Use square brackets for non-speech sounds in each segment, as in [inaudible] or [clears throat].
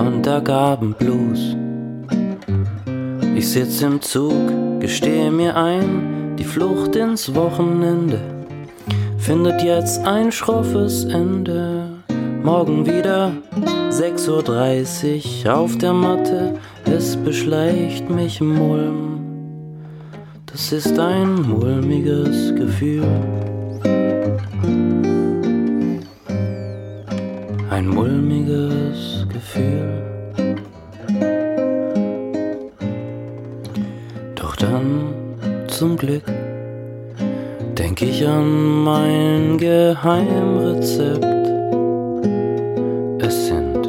Sonntagabend Blues. Ich sitz im Zug, gestehe mir ein, die Flucht ins Wochenende findet jetzt ein schroffes Ende. Morgen wieder 6.30 Uhr auf der Matte, es beschleicht mich Mulm. Das ist ein mulmiges Gefühl. Ein mulmiges Gefühl. Doch dann, zum Glück, denk ich an mein Geheimrezept. Es sind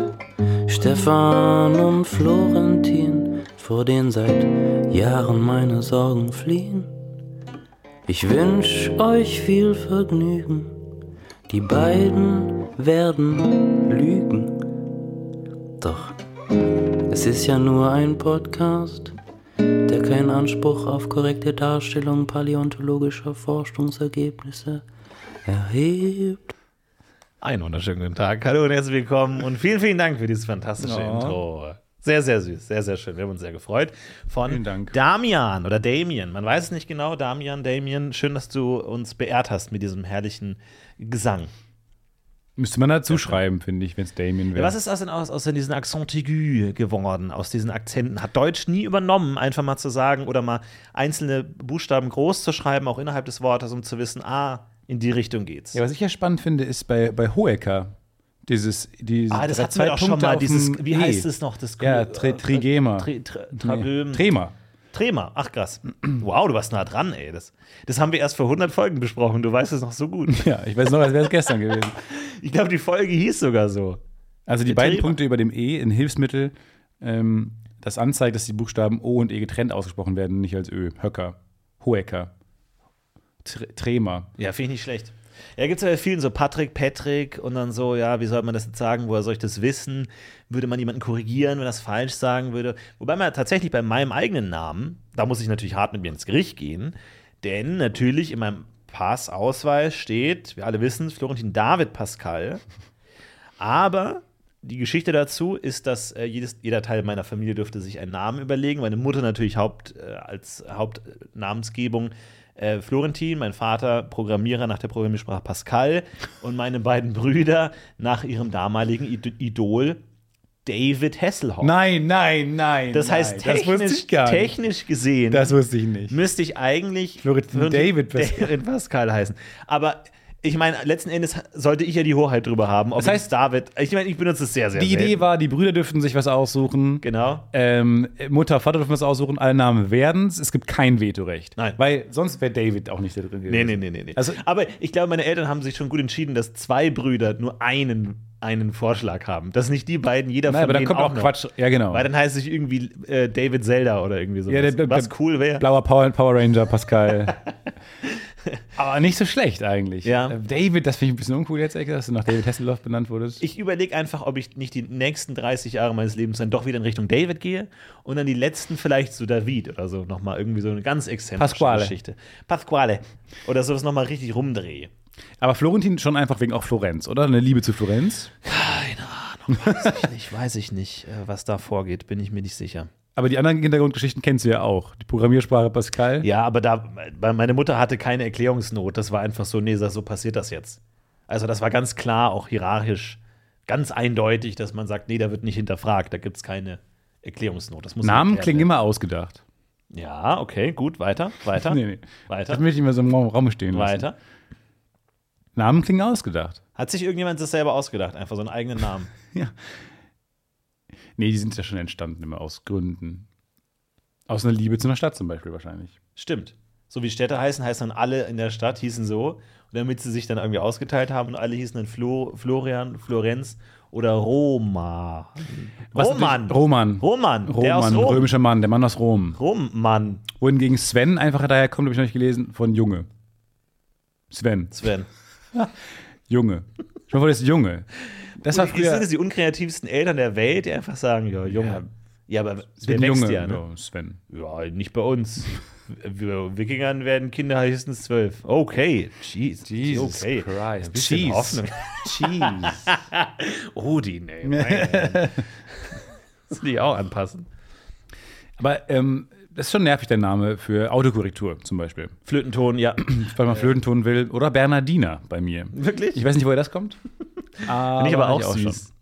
Stefan und Florentin, vor denen seit Jahren meine Sorgen fliehen. Ich wünsch euch viel Vergnügen, die beiden werden lügen. Doch es ist ja nur ein Podcast der keinen Anspruch auf korrekte Darstellung paläontologischer Forschungsergebnisse erhebt. Einen wunderschönen guten Tag. Hallo und herzlich willkommen und vielen, vielen Dank für dieses fantastische Ja. Intro. Sehr, sehr süß, sehr, sehr schön. Wir haben uns sehr gefreut. Von Vielen Dank. Damian oder Damien. Man weiß es nicht genau. Damian, Damien, schön, dass du uns beehrt hast mit diesem herrlichen Gesang. Müsste man dazu schreiben, finde ich, wenn es Damien wäre. Was ist aus, denn aus, aus denn diesen Accent aigu geworden, aus diesen Akzenten? Hat Deutsch nie übernommen, einfach mal zu sagen oder mal einzelne Buchstaben groß zu schreiben, auch innerhalb des Wortes, um zu wissen, ah, in die Richtung geht's. ja, was ich ja spannend finde, ist bei, bei Hoeker dieses die Ah, das drei- hatten wir doch schon Punkte mal, auf dieses, dem wie E. heißt es noch? Das äh, Ja, Tri- Trigema. Tri, Tri, Nee. Tragöm. Trema. Trema, ach krass. Wow, du warst nah dran, ey. Das, das haben wir erst vor 100 Folgen besprochen, du weißt es noch so gut. Ja, ich weiß noch, als wäre es gestern gewesen. Ich glaube, die Folge hieß sogar so. Also die Trema. beiden Punkte über dem E in Hilfsmittel, ähm, das anzeigt, dass die Buchstaben O und E getrennt ausgesprochen werden, nicht als Ö. Höcker, Hoeker, Tre- Trema. Ja, finde ich nicht schlecht. Ja, gibt es ja bei vielen so Patrick, Patrick und dann so, ja, wie soll man das jetzt sagen, woher soll ich das wissen? Würde man jemanden korrigieren, wenn das falsch sagen würde? Wobei man tatsächlich bei meinem eigenen Namen, da muss ich natürlich hart mit mir ins Gericht gehen, denn natürlich in meinem Passausweis steht, wir alle wissen es, Florentin David Pascal. Aber die Geschichte dazu ist, dass äh, jedes, jeder Teil meiner Familie dürfte sich einen Namen überlegen. Meine Mutter natürlich Haupt, äh, als Hauptnamensgebung äh, Florentin, mein Vater Programmierer nach der Programmiersprache Pascal und meine beiden Brüder nach ihrem damaligen Id Idol David Hasselhoff. Nein, nein, nein. das heißt, nein, technisch, das wusste ich gar nicht. technisch gesehen Das wusste ich nicht. müsste ich eigentlich Florentin David Pascal. David Pascal heißen. Aber ich meine, letzten Endes sollte ich ja die Hoheit drüber haben. Ob das heißt, heißt- David, ich meine, ich benutze es sehr, sehr Die Idee selten. war, die Brüder dürften sich was aussuchen. Genau. Ähm, Mutter, Vater dürfen wir es aussuchen, alle Namen werden's. Es gibt kein Vetorecht. Nein. Weil sonst wäre David auch nicht da drin gewesen. Nee, nee, nee, nee. nee. Also- Aber ich glaube, meine Eltern haben sich schon gut entschieden, dass zwei Brüder nur einen, einen Vorschlag haben. Dass nicht die beiden, jeder Nein, von aber dann denen kommt auch noch. Quatsch. Ja, genau. Weil dann heißt es irgendwie äh, David Zelda oder irgendwie sowas. Ja, der- der- was cool wäre. Blauer Power, Power [laughs] Ranger, Pascal. aber nicht so schlecht eigentlich. Ja. Äh, David, das finde ich ein bisschen uncool jetzt, Ecke, dass du nach David Hasselhoff benannt wurdest. Ich überlege einfach, ob ich nicht die nächsten 30 Jahre meines Lebens dann doch wieder in Richtung David gehe und dann die letzten vielleicht zu David oder so nochmal irgendwie so eine ganz exzentrische Pasquale. Geschichte. Pasquale. Oder sowas nochmal richtig rumdrehe. aber Florentin schon einfach wegen auch Florenz, oder? Eine Liebe zu Florenz. Ich weiß ich nicht, äh, was da vorgeht, bin ich mir nicht sicher. Aber die anderen Hintergrundgeschichten kennst du ja auch. Die Programmiersprache Pascal. Ja, aber da, weil meine Mutter hatte keine Erklärungsnot. Das war einfach so, nee, so passiert das jetzt. Also das war ganz klar, auch hierarchisch, ganz eindeutig, dass man sagt, nee, da wird nicht hinterfragt, da gibt es keine Erklärungsnot. Das muss erklärt Namen werden. klingen immer ausgedacht. Ja, okay, gut, weiter, [laughs] weiter, Nee, nee. Das weiter, möchte ich immer so im Raum stehen lassen. weiter. Namen klingen ausgedacht. Hat sich irgendjemand das selber ausgedacht, einfach so einen eigenen [laughs] Namen? Nee, die sind ja schon entstanden immer aus Gründen. Aus einer Liebe zu einer Stadt zum Beispiel wahrscheinlich. Stimmt. So wie Städte heißen, heißen dann alle in der Stadt, hießen so. Und damit sie sich dann irgendwie ausgeteilt haben und alle hießen dann Flo, Florian, Florenz oder Roma. Was Roman. natürlich- Roman. Roman. Der aus Roman, Rom. römischer Mann, der Mann aus Rom. Roman, Wohingegen Sven einfach daher kommt, habe ich noch nicht gelesen, von Junge. Sven, Sven. Junge. Ich hoffe, das ist Junge. Das war Sind früher. das die unkreativsten Eltern der Welt, die einfach sagen, ja, Junge. Ja, aber wer Sven wächst Junge. ja, ne? Ja, Sven. Ja, nicht bei uns. Wir Wikingern werden Kinder höchstens zwölf. Okay, jeez. Jesus okay. Christ. Ein bisschen Jeez. Hoffnung. Jeez. [laughs] Odin, ey. Mein, Müssen die auch anpassen. Aber ähm, das ist schon nervig, der Name für Autokorrektur zum Beispiel. Flötenton, ja. Weil man Flötenton will. Oder Bernardina bei mir. [clears throat] Wirklich? Ich weiß nicht, woher das kommt. Finde ich aber hatte auch, ich auch süß.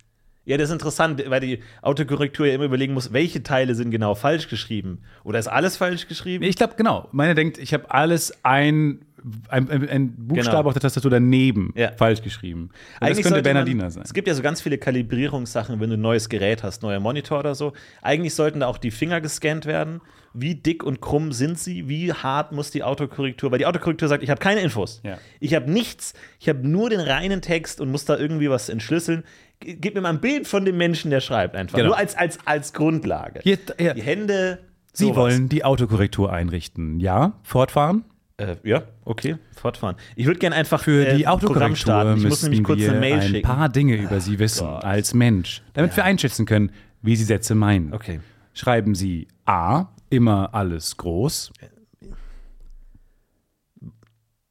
Ja, das ist interessant, weil die Autokorrektur ja immer überlegen muss, welche Teile sind genau falsch geschrieben. Oder ist alles falsch geschrieben? Nee, Ich glaube, genau. Meine denkt, ich habe alles ein, ein, ein, ein Buchstabe Genau. auf der Tastatur daneben Ja. falsch geschrieben. Und das könnte sollte Bernardina man, sein. Es gibt ja so ganz viele Kalibrierungssachen, wenn du ein neues Gerät hast, neuer Monitor oder so. Eigentlich sollten da auch die Finger gescannt werden. Wie dick und krumm sind sie? Wie hart muss die Autokorrektur? Weil die Autokorrektur sagt, ich habe keine Infos. Ja. Ich habe nichts. Ich habe nur den reinen Text und muss da irgendwie was entschlüsseln. G- Gib mir mal ein Bild von dem Menschen, der schreibt einfach. Genau. Nur als, als, als Grundlage. Hier, hier. Die Hände. Sie sowas. wollen die Autokorrektur einrichten. Ja, fortfahren. Äh, ja, okay, fortfahren. Ich würde gerne einfach Für äh, die ein Programm Autokorrektur starten. Ich muss müssen nämlich kurz wir eine Mail ein schicken. Ah, paar Dinge über Sie wissen als Mensch, damit wir einschätzen können, wie Sie Sätze meinen. Okay. Schreiben Sie A, immer alles groß.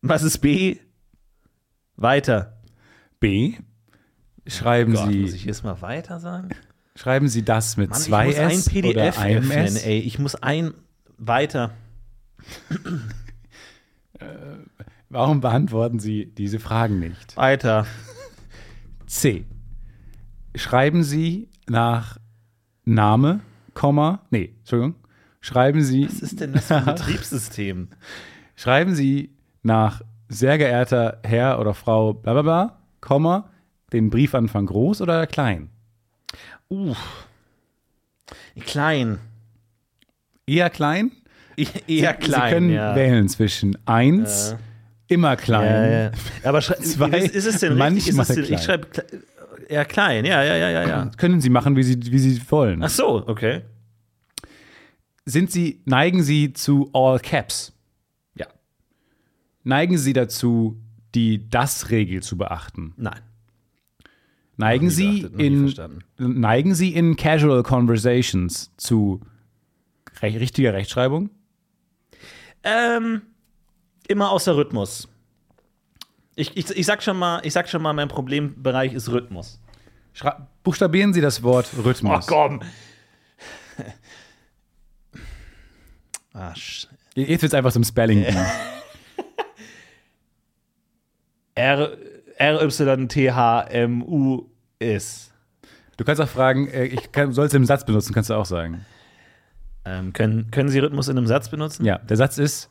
Was ist B? Weiter. B, schreiben, Gott, muss Sie, ich jetzt mal weiter sagen? schreiben Sie das mit Mann, zwei ich muss S ein PDF oder einem öffnen, S. ey. Ich muss ein weiter. Warum beantworten Sie diese Fragen nicht? Weiter. C. Schreiben Sie nach Name, Komma, nee, Entschuldigung. Schreiben Sie, Was ist denn das für [laughs] ein Betriebssystem? schreiben Sie nach sehr geehrter Herr oder Frau, bla bla bla, Komma, den Briefanfang groß oder klein? Uff. Klein. Eher klein? [laughs] Eher klein. Sie, Sie können ja. wählen zwischen 1, immer Ja, klein, ja. Aber [laughs] schrei- Zwei, ist, ist es denn richtig? Ist manchmal es denn, klein. ich schreibe kle- eher klein. Ja, ja, ja, ja, ja. können Sie machen, wie Sie, wie Sie wollen. Ach so, okay. Sind Sie, neigen Sie zu All Caps? Ja. Neigen Sie dazu, die Das-Regel zu beachten? Nein. Neigen nie Sie, beachtet, noch nie in, verstanden. neigen Sie in Casual Conversations zu re richtiger Rechtschreibung? Ähm, immer außer Rhythmus. Ich, ich, ich, sag schon mal, ich sag schon mal, mein Problembereich ist Rhythmus. Schra buchstabieren Sie das Wort Oh, Rhythmus. komm. [laughs] ah, sch- Jetzt wird es einfach zum Spelling. R, R, Y, T, H, M, U, S. Du kannst auch fragen, äh, ich kann, soll es im Satz benutzen, kannst du auch sagen. Ähm, können, können Sie Rhythmus in einem Satz benutzen? Ja, der Satz ist,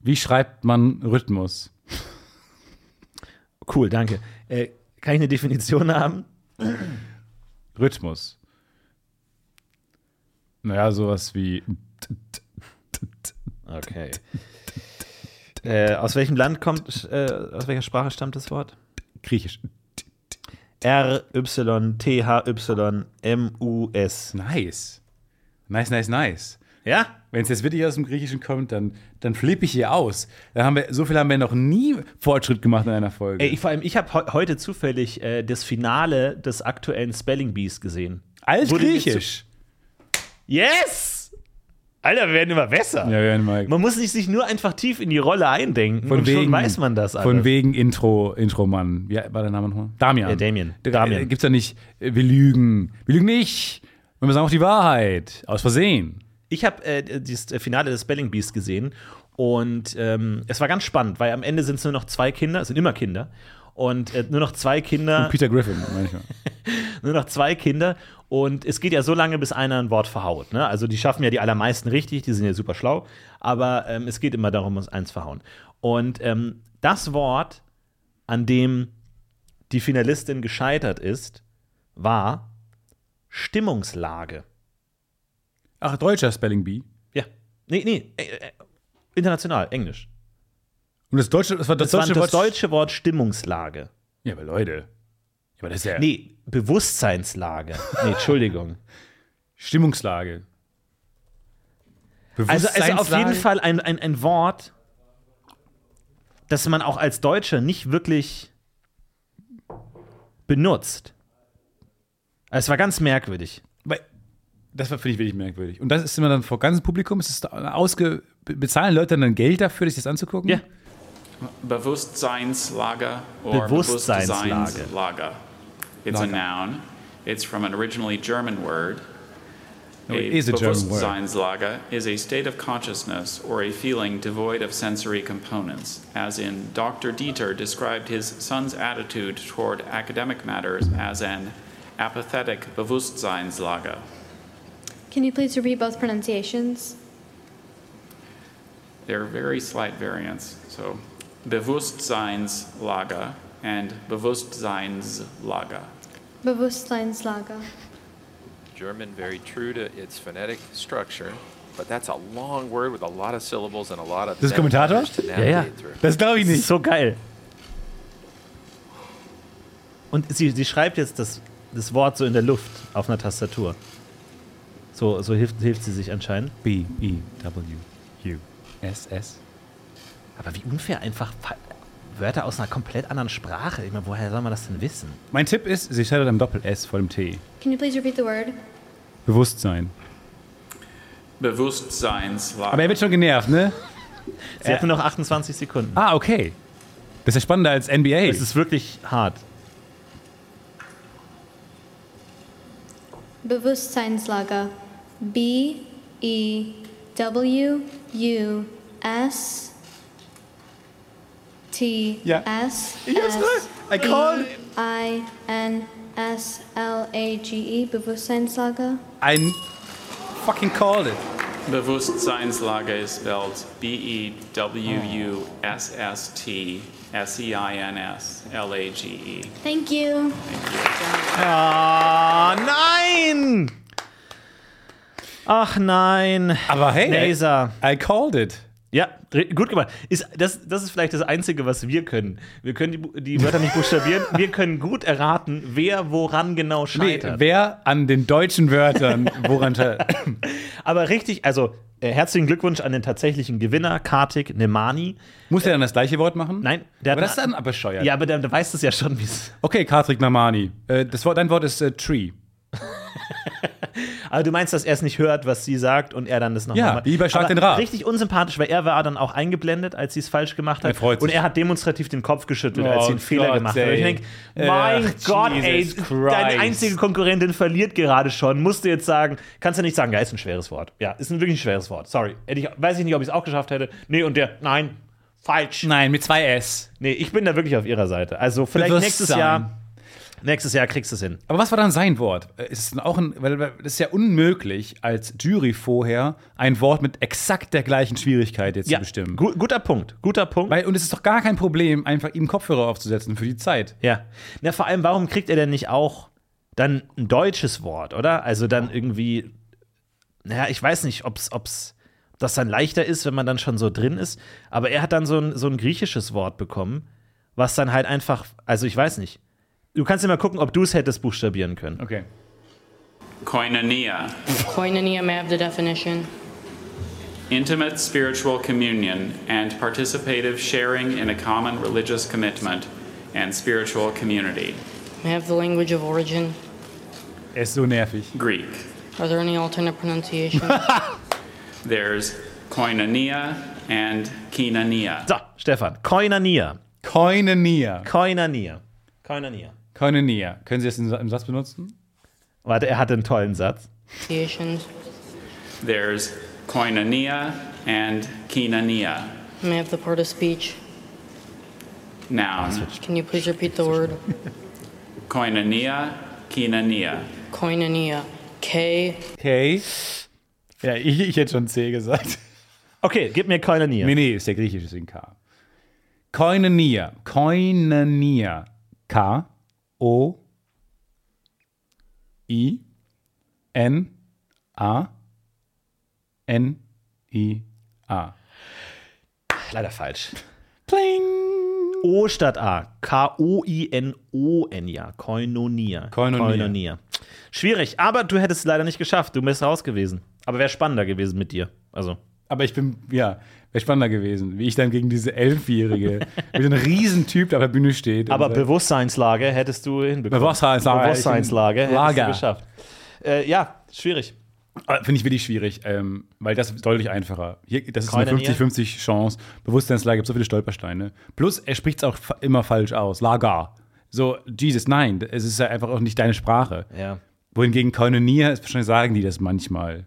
wie schreibt man Rhythmus? Cool, danke. Äh, kann ich eine Definition haben? Rhythmus. Naja, sowas wie Okay. äh, aus welchem Land kommt, äh, aus welcher Sprache stammt das Wort? griechisch. R, Y, T, H, Y, M, U, S. Nice. Nice, nice, nice. Ja? Wenn es jetzt wirklich aus dem Griechischen kommt, dann, dann flippe ich hier aus. Dann haben wir, so viel haben wir noch nie Fortschritt gemacht in einer Folge. Ey, ich, vor allem, ich habe heu- heute zufällig äh, das Finale des aktuellen Spelling Bees gesehen. Wurde mir Altgriechisch. zu- Yes! Alter, wir werden immer besser. Ja, wir werden mal. Man muss nicht sich nur einfach tief in die Rolle eindenken Von und schon weiß man das alles. Von wegen Intro, Intro-Mann. Wie war der Name nochmal? Damian. Ja, Damien. Da- Damian. Gibt's da nicht, äh, wir lügen. Wir lügen nicht. Und wir sagen auch die Wahrheit. Aus Versehen. Ich habe äh, dieses Finale des Spelling Bees gesehen und ähm, es war ganz spannend, weil am Ende sind es nur noch zwei Kinder, es sind immer Kinder, und äh, nur noch zwei Kinder. Peter Griffin, [laughs] manchmal. nur noch zwei Kinder und es geht ja so lange, bis einer ein Wort verhaut. Ne? Also die schaffen ja die allermeisten richtig, die sind ja super schlau, aber ähm, es geht immer darum, uns eins verhauen. Und ähm, das Wort, an dem die Finalistin gescheitert ist, war Stimmungslage. Ach, deutscher Spelling Bee. Ja, nee, nee, äh, äh, international, Englisch. Und das deutsche, das war das, Das, war deutsche das Wort- deutsche Wort Stimmungslage. Ja, aber Leute. Ja, Aber das ist ja Nee, Bewusstseinslage. Nee, Entschuldigung. Stimmungslage. Also, also auf Bewusstseinslage? jeden Fall ein, ein, ein Wort, das man auch als Deutscher nicht wirklich benutzt. Es war ganz merkwürdig. Weil- Das war, finde ich, wirklich merkwürdig. Und das ist immer dann vor ganzem Publikum, ist es da ausge. be- Bezahlen Leute dann Geld dafür, sich das anzugucken? Ja. Bewusstseinslager or Bewusstseinslager. Bewusstseinslager. It's a noun. It's from an originally German word No, it a is a German word. Bewusstseinslage is a state of consciousness or a feeling devoid of sensory components, as in Dr. Dieter described his son's attitude toward academic matters as an apathetic Bewusstseinslage. Can you please repeat both pronunciations? They're very slight variants. So Bewusstseinslage and Bewusstseinslage. Bewusstseinslage. German very true to its phonetic structure, but that's a long word with a lot of syllables and a lot of. Das ist Kommentator? letters to navigate ja. through. Das glaube ich Das ist nicht. so geil. Und sie, sie schreibt jetzt das, das Wort so in der Luft auf einer Tastatur. So, so hilft, hilft sie sich anscheinend. B, E, W, U, S, S. Aber wie unfair einfach Fa- Wörter aus einer komplett anderen Sprache. Ich meine, woher soll man das denn wissen? Mein Tipp ist, sie scheitert am Doppel-S vor dem T. Can you please repeat the word? Bewusstsein. Bewusstseinslage. Aber er wird schon genervt, ne? Sie hat nur noch 28 Sekunden. Ah, okay. Das ist ja spannender als NBA. Es ist wirklich hart. Bewusstseinslage. B E W U S T Ja. S hab's S ne? I called it. I N S L A G E Bewusstseinslage. ein fucking called it. Bewusstseinslage is spelled B E W U S S T S E I N S L A G E. Thank you. Ah, nein! Ach nein. Aber hey, Laser. I called it. Ja, ri- gut gemacht. Ist, das, das ist vielleicht das Einzige, was wir können. Wir können die, Bu- die Wörter nicht [laughs] buchstabieren. Wir können gut erraten, wer woran genau Nee, scheitert. wer an den deutschen Wörtern, woran scheitert? [laughs] Aber richtig, also äh, herzlichen Glückwunsch an den tatsächlichen Gewinner, Kartik Nemani. Muss er dann das gleiche Wort machen? Nein, der der aber hat das ist dann aber bescheuert. Ja, aber dann weißt du es ja schon, wie es. Okay, Kartik Namani. Äh, das Wort, dein Wort ist äh, Tree. Aber du meinst, dass er es nicht hört, was sie sagt und er dann das nochmal Ja, macht. wie bei Schlag Aber den Raab. Richtig unsympathisch, weil er war dann auch eingeblendet, als sie es falsch gemacht hat. Er freut sich. Und er hat demonstrativ den Kopf geschüttelt, Oh als sie einen Fehler Gott, gemacht hat. Und ich ey. denke, mein Ach, Gott, Jesus ey, Christ. deine einzige Konkurrentin verliert gerade schon. Musst du jetzt sagen, kannst du nicht sagen, ja, ist ein schweres Wort. Ja, ist ein wirklich schweres Wort. Sorry. Hätte ich, weiß ich nicht, ob ich es auch geschafft hätte. Nee, und der, nein, falsch. Nein, mit zwei S. Nee, ich bin da wirklich auf ihrer Seite. Also vielleicht nächstes Bewusstsein. Jahr. Nächstes Jahr kriegst du es hin. Aber was war dann sein Wort? Äh, Ist es denn auch ein, weil weil das ist ja unmöglich, als Jury vorher ein Wort mit exakt der gleichen Schwierigkeit jetzt Ja, zu bestimmen. gu- guter Punkt. Guter Punkt. Weil, und es ist doch gar kein Problem, einfach ihm Kopfhörer aufzusetzen für die Zeit. Ja. Na, vor allem, warum kriegt er denn nicht auch dann ein deutsches Wort, oder? Also dann irgendwie, naja, ich weiß nicht, ob's, ob's ob das dann leichter ist, wenn man dann schon so drin ist. Aber er hat dann so ein, so ein griechisches Wort bekommen, was dann halt einfach, also ich weiß nicht. Du kannst ja mal gucken, ob du es hättest buchstabieren können. Okay. Koinonia, Koinonia may I have the definition. intimate spiritual communion and participative sharing in a common religious commitment and spiritual community. May I have the language of origin? Er ist so nervig. Greek. Are there any alternate pronunciations? There's koinonia and kinania. So, Stefan, Koinonia. Koinonia. Koinonia. Koinonia. Koinonia. Können Sie das in, im Satz benutzen? Warte, er hatte einen tollen Satz. pronunciations? There's koinonia and kinania. May I have the part of speech? Noun. Can you please repeat the word? Koinonia, kinania. Koinonia. K. Okay. Ja, ich, ich hätte schon C gesagt. Okay, gib mir Koinonia. Nee, nee, ist ja griechisch, deswegen K. Koinonia. Koinonia. K. O. I. N. A. N. I. A. Leider falsch. Pling. O statt A. K-O-I-N-O-N-Ja. Koinonia. Koinonia. Schwierig, aber du hättest es leider nicht geschafft. Du wärst raus gewesen. Aber wäre spannender gewesen mit dir. Also, Aber ich bin, ja, wäre spannender gewesen, wie ich dann gegen diese Elfjährige [laughs] mit einem riesen Typ da auf der Bühne steht. und aber sagt, Bewusstseinslage hättest du hinbekommen. Bewusstseinslage. Bewusstseinslage hättest Lager. du geschafft. Äh, ja, schwierig. Ah, Finde ich wirklich schwierig, ähm, weil das ist deutlich einfacher. Hier, das ist eine Keine Nähe. 50-50 Chance. Bewusstseinslage gibt so viele Stolpersteine. Plus, er spricht es auch fa- immer falsch aus. Lagar. So, Jesus, nein, es ist ja einfach auch nicht deine Sprache. Ja. Wohingegen Koinonia ist wahrscheinlich sagen die das manchmal.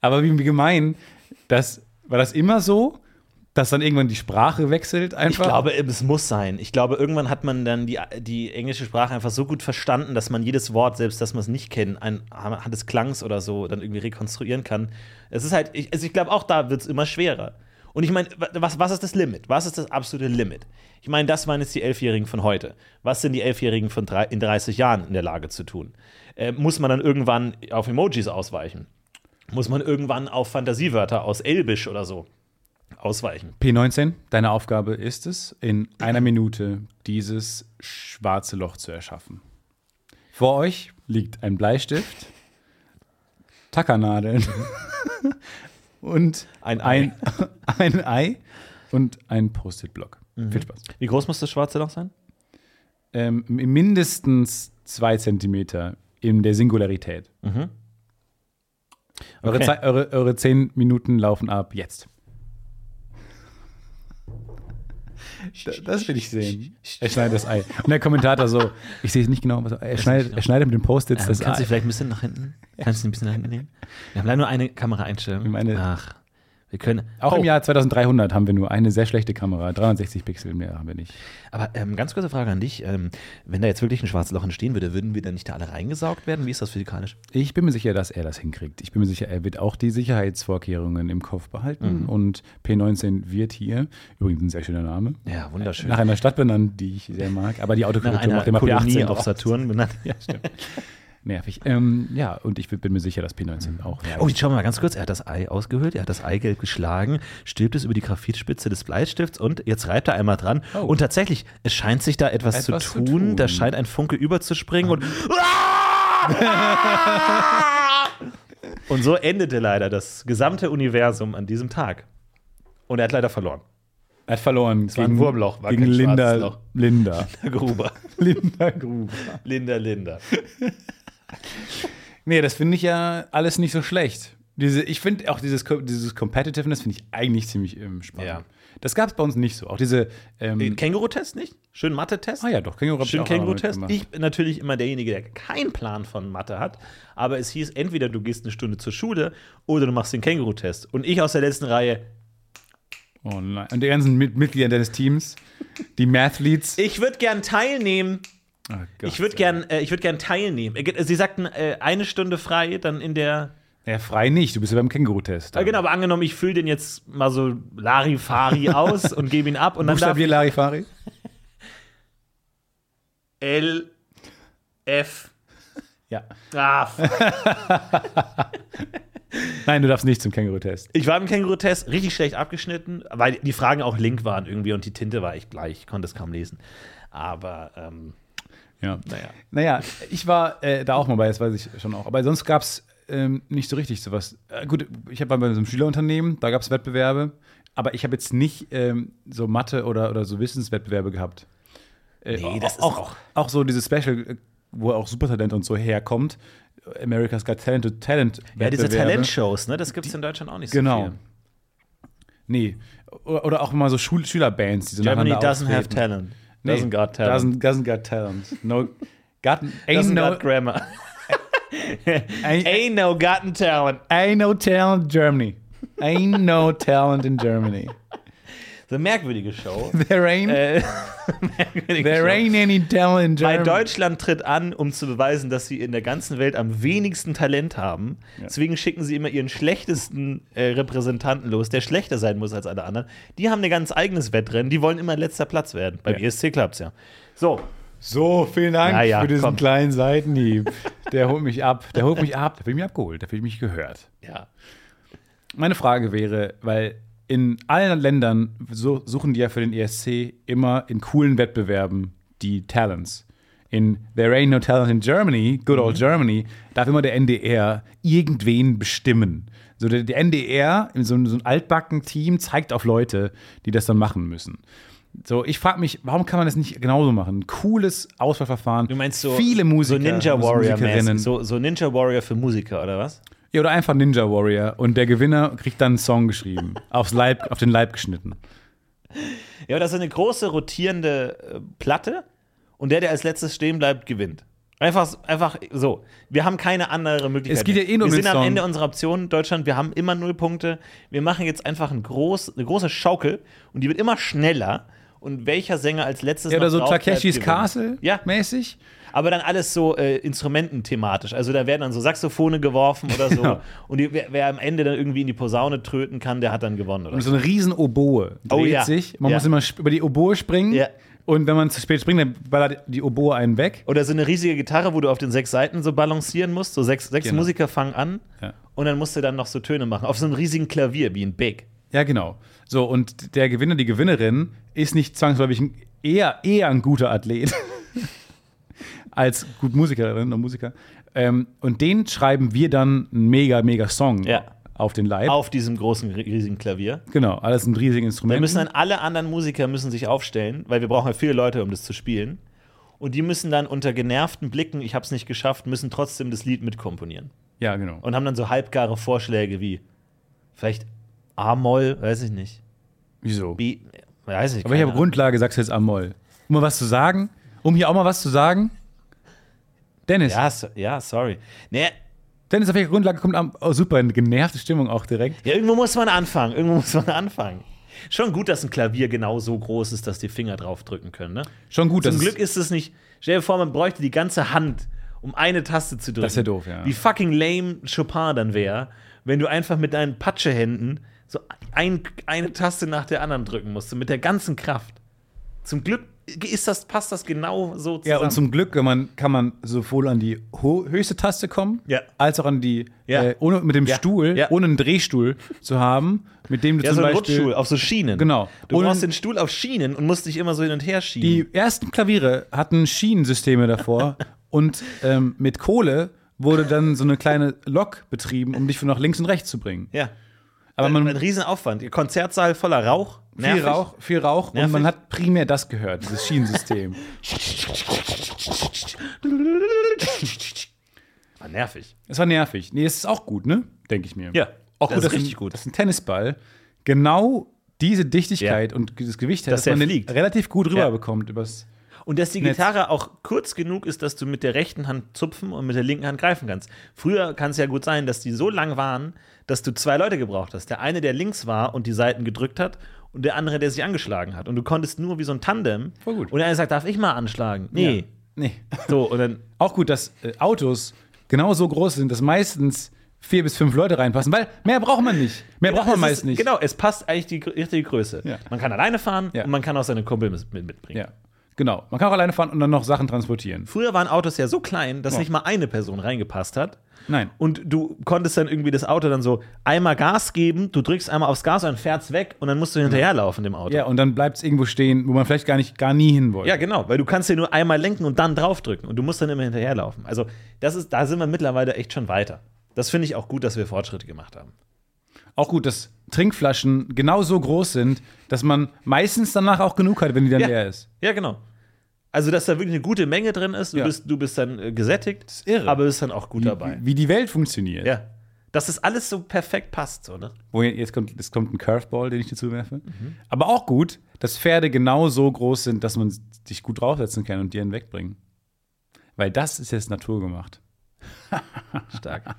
Aber wie, wie gemein, das, war das immer so, dass dann irgendwann die Sprache wechselt Ich einfach? glaube, es muss sein. Ich glaube, irgendwann hat man dann die, die englische Sprache einfach so gut verstanden, dass man jedes Wort, selbst das man es nicht kennt, ein, anhand des Klangs oder so dann irgendwie rekonstruieren kann. Es ist halt, ich, also ich glaube, auch da wird es immer schwerer. Und ich meine, wa- was, was ist das Limit? Was ist das absolute Limit? Ich meine, das waren jetzt die Elfjährigen von heute. Was sind die Elfjährigen von drei, in 30 Jahren in der Lage zu tun? Äh, muss man dann irgendwann auf Emojis ausweichen? Muss man irgendwann auf Fantasiewörter aus Elbisch oder so ausweichen? P19, deine Aufgabe ist es, in einer Minute dieses schwarze Loch zu erschaffen. Vor euch liegt ein Bleistift, Tackernadeln [laughs] und Ein ein, [laughs] ein Ei und ein Post-it-Block. Mhm. Viel Spaß. Wie groß muss das schwarze Loch sein? Ähm, mindestens zwei Zentimeter in der Singularität. Eure, Okay. Zei- eure, eure zehn Minuten laufen ab jetzt. Da- Das will ich sehen. Er schneidet das Ei. Und der Kommentator so, ich sehe es nicht genau, was er, er schneidet. Er schneidet mit dem Ah, Post-its das Ei. Ähm, vielleicht ein bisschen nach hinten? Kannst du ein bisschen nach hinten nehmen? Wir haben leider nur eine Kamera einstellen. Meine- Ach, wir können. Auch Oh, im Jahr 2300 haben wir nur eine sehr schlechte Kamera. 63 Pixel mehr haben wir nicht. Aber ähm, ganz kurze Frage an dich. Ähm, wenn da jetzt wirklich ein schwarzes Loch entstehen würde, würden wir dann nicht da alle reingesaugt werden? Wie ist das physikalisch? Ich bin mir sicher, dass er das hinkriegt. Ich bin mir sicher, er wird auch die Sicherheitsvorkehrungen im Kopf Mhm. behalten. Und P19 wird hier, übrigens ein sehr schöner Name, Ja, wunderschön. nach einer Stadt benannt, die ich sehr mag, aber die Nach Autokorrektur einer macht immer Kolonie P18 auf draus. Saturn benannt. Ja, [laughs] stimmt. Nervig. Ähm, ja, und ich bin mir sicher, dass P19 auch. Oh, jetzt schauen wir mal ganz kurz. Er hat das Ei ausgehöhlt, er hat das Eigelb geschlagen, stülpt es über die Graphitspitze des Bleistifts und jetzt reibt er einmal dran. Oh. Und tatsächlich, es scheint sich da etwas, Etwas zu, zu tun. tun. Da scheint ein Funke überzuspringen und. Ah! [laughs] und so endete leider das gesamte Universum an diesem Tag. Und er hat leider verloren. Er hat verloren. war ein gegen- Wurmloch, war Gegen kein Linda, schwarzes Loch. [laughs] Linda. Herr Gruber. Linda Gruber. Linda, Linda. Nee, das finde ich ja alles nicht so schlecht. Diese, ich finde auch dieses, Co- dieses Competitiveness finde ich eigentlich ziemlich ähm, spannend. Ja. Das gab es bei uns nicht so. Auch diese. Ähm, Den Känguru-Test nicht? Schön Mathe-Test? ah ja, doch, Känguru hab ich Schön auch einmal Känguru-Test. mitgemacht. Ich bin natürlich immer derjenige, der keinen Plan von Mathe hat. Aber es hieß, entweder du gehst eine Stunde zur Schule oder du machst den Känguru-Test. Und ich aus der letzten Reihe, Oh nein. Und die ganzen Mit Mitglieder deines Teams, die Mathletes. Ah, ich würde gern teilnehmen. Gott, ich würde gern, äh, ich würd gern teilnehmen. Äh, ge- Sie sagten äh, eine Stunde frei, dann in der. Ja, frei nicht, du bist ja beim Känguru-Test. Ah, genau, aber angenommen, ich fülle den jetzt mal so Larifari [laughs] aus und gebe ihn ab und dann darf Buchstabier Larifari. L F. Ja. Ah, fuck. Nein, du darfst nicht zum Känguru-Test. ich war im Känguru-Test richtig schlecht abgeschnitten, weil die Fragen auch link waren irgendwie und die Tinte war echt gleich. Ich konnte es kaum lesen. Aber ähm, Ja. naja. Naja, ich war äh, da auch mal bei, das weiß ich schon auch. Aber sonst gab es ähm, nicht so richtig sowas. Äh, gut, ich habe bei so einem Schülerunternehmen, da gab es Wettbewerbe, aber ich habe jetzt nicht ähm, so Mathe oder, oder so Wissenswettbewerbe gehabt. Äh, Nee, das ist auch- auch, auch so dieses Special, äh, wo auch Supertalent und so herkommt. America's Got Talent to Talent. Ja, diese Wettbewerbe. Talentshows, ne? Das gibt es in Deutschland auch nicht so Genau. viel. Nee. Oder, oder auch mal so Schul Schülerbands, die so Germany nacheinander doesn't have auftreten. talent. Nee, Doesn't got talent. Doesn't, doesn't got talent. No, got, ain't, [laughs] Doesn't no, got grammar. [laughs] ain't, Ain't no gotten talent. ain't no talent Germany. Ain't no talent in Germany. So eine merkwürdige [laughs] Show. There ain't, Äh, merkwürdige there Show. ain't any talent in Bei Germany. Deutschland tritt an, um zu beweisen, dass sie in der ganzen Welt am wenigsten Talent haben. Deswegen schicken sie immer ihren schlechtesten äh, Repräsentanten los, der schlechter sein muss als alle anderen. Die haben ein ganz eigenes Wettrennen, die wollen immer letzter Platz werden. Beim E Ja. ESC klappt es ja. So, So, vielen Dank Ja, ja, für diesen komm. kleinen Seitenhieb. Der holt mich ab. Der holt mich ab. Der will mich abgeholt. Der will mich gehört. ja. Meine Frage wäre, weil in allen Ländern so, suchen die ja für den ESC immer in coolen Wettbewerben die Talents. In There Ain't No Talent in Germany, Good Old Mhm. Germany, darf immer der NDR irgendwen bestimmen. So der, der NDR, in so, einem- so ein altbacken Team, zeigt auf Leute, die das dann machen müssen. So, ich frage mich, warum kann man das nicht genauso machen? Ein cooles Auswahlverfahren. Du meinst so, viele Musiker, so Ninja Warrior, Musikerinnen. so, so Ninja Warrior für Musiker oder was? Ja, oder einfach Ninja Warrior und der Gewinner kriegt dann einen Song [laughs] geschrieben, aufs Leib, auf den Leib geschnitten. Ja, das ist eine große rotierende äh, Platte und der, der als letztes stehen bleibt, gewinnt. Einfach, einfach so. Wir haben keine andere Möglichkeit. Es geht ja eh nur Wir um den sind am Song. Ende unserer Optionen, Deutschland, wir haben immer null Punkte. Wir machen jetzt einfach ein groß, eine große Schaukel und die wird immer schneller. Und welcher Sänger als letztes Ja, oder noch so drauf bleibt, Takeshis gewinnt. Castle Ja, mäßig. aber dann alles so äh, instrumententhematisch. Also da werden dann so Saxophone geworfen oder so. [laughs] Ja. Und die, wer, wer am Ende dann irgendwie in die Posaune tröten kann, der hat dann gewonnen. Oder? Und so eine riesen Oboe dreht Oh ja. sich. Man Ja. muss immer sp- über die Oboe springen. Ja. Und wenn man zu spät springt, dann ballert die Oboe einen weg. Oder so eine riesige Gitarre, wo du auf den sechs Seiten so balancieren musst. So sechs, sechs Genau. Musiker fangen an Ja. und dann musst du dann noch so Töne machen. Auf so einem riesigen Klavier, wie ein Big. Ja, genau. So, und der Gewinner, die Gewinnerin ist nicht zwangsläufig ein, eher, eher ein guter Athlet [laughs] als gut Musikerinnen und Musiker. Ähm, und den schreiben wir dann einen mega, mega Song Ja. auf den Leib. Auf diesem großen, ri- riesigen Klavier. Genau, alles ein riesiges Instrument. Wir müssen dann alle anderen Musiker müssen sich aufstellen, weil wir brauchen ja viele Leute, um das zu spielen. Und die müssen dann unter genervten Blicken, ich hab's nicht geschafft, müssen trotzdem das Lied mitkomponieren. ja, genau. Und haben dann so halbgare Vorschläge wie vielleicht A-Moll, weiß ich nicht. Wieso? B, weiß ich nicht. Auf keine welcher Ahnung. Grundlage sagst du jetzt Amol? Um mal was zu sagen? Um hier auch mal was zu sagen? Dennis, Ja, so, ja, sorry. Nee, Dennis, auf welcher Grundlage kommt Am Oh, super, eine genervte Stimmung auch direkt. Ja, irgendwo muss man anfangen. Irgendwo muss man anfangen. Schon gut, dass ein Klavier genau so groß ist, dass die Finger drauf drücken können. Ne? Schon gut, Zum dass Glück ist es nicht. Stell dir vor, man bräuchte die ganze Hand, um eine Taste zu drücken. Das wär doof, ja. Wie fucking lame Chopin dann wäre, wenn du einfach mit deinen Patschehänden so ein, eine Taste nach der anderen drücken musst, mit der ganzen Kraft. Zum Glück ist das, passt das genau so zusammen. ja, und zum Glück kann man, kann man sowohl an die ho höchste Taste kommen, Ja. als auch an die, Ja. äh, ohne, mit dem Ja. Stuhl, Ja. ohne einen Drehstuhl zu haben, mit dem du ja, zum so ein Beispiel Rutschstuhl auf so Schienen. Genau. Du Und- brauchst den Stuhl auf Schienen und musst dich immer so hin und her schieben. Die ersten Klaviere hatten [laughs] Schienensysteme davor und ähm, mit Kohle wurde dann so eine kleine Lok betrieben, um dich von nach links und rechts zu bringen. ja. Aber Man, man ein Riesenaufwand. Ihr Konzertsaal voller Rauch. viel Rauch, viel Rauch und man Nervig. hat primär das gehört, [laughs] dieses Schienensystem. Ah, nervig. Es war nervig. Nee, es ist auch gut, ne? Denke ich mir. Ja, auch das gut, ist dass richtig ein, gut. Dass ein Tennisball genau diese Dichtigkeit und dieses Gewicht hat, Dass dass, der man den fliegt. relativ gut rüberbekommt übers. Und dass die Netz. Gitarre auch kurz genug ist, dass du mit der rechten Hand zupfen und mit der linken Hand greifen kannst. Früher kann es ja gut sein, dass die so lang waren, dass du zwei Leute gebraucht hast. Der eine, der links war und die Seiten gedrückt hat und der andere, der sich angeschlagen hat. Und du konntest nur wie so ein Tandem. Voll gut. Und der eine sagt, darf ich mal anschlagen? Nee. Ja. Nee. So, und [laughs] dann, Auch gut, dass äh, Autos genauso groß sind, dass meistens vier bis fünf Leute reinpassen, weil mehr braucht man nicht. Mehr braucht man Es meist ist, nicht. Genau, es passt eigentlich die gr- richtige Größe. Ja. Man kann alleine fahren Ja. und man kann auch seine Kumpel mit, mit- mitbringen. Ja. Genau. Man kann auch alleine fahren und dann noch Sachen transportieren. Früher waren Autos ja so klein, dass nicht mal eine Person reingepasst hat. Nein. Und du konntest dann irgendwie das Auto dann so einmal Gas geben, du drückst einmal aufs Gas und dann fährt's weg und dann musst du hinterherlaufen dem Auto. Ja, und dann bleibt es irgendwo stehen, wo man vielleicht gar nicht, gar nie hin wollte. Ja, genau, weil du kannst ja nur einmal lenken und dann draufdrücken und du musst dann immer hinterherlaufen. Also, das ist, da sind wir mittlerweile echt schon weiter. Das finde ich auch gut, dass wir Fortschritte gemacht haben. Auch gut, dass Trinkflaschen genauso groß sind, dass man meistens danach auch genug hat, wenn die dann Ja. leer ist. Ja, genau. Also, dass da wirklich eine gute Menge drin ist, du, Ja. bist, du bist dann äh, gesättigt, ist irre. aber bist dann auch gut Wie, dabei. wie die Welt funktioniert. Ja. Dass das alles so perfekt passt, so, ne? Wo jetzt kommt, jetzt kommt ein Curveball, den ich dazu werfe. Mhm. Aber auch gut, dass Pferde genau so groß sind, dass man sich gut draufsetzen kann und die einen wegbringen. Weil das ist jetzt naturgemacht. [laughs] Stark.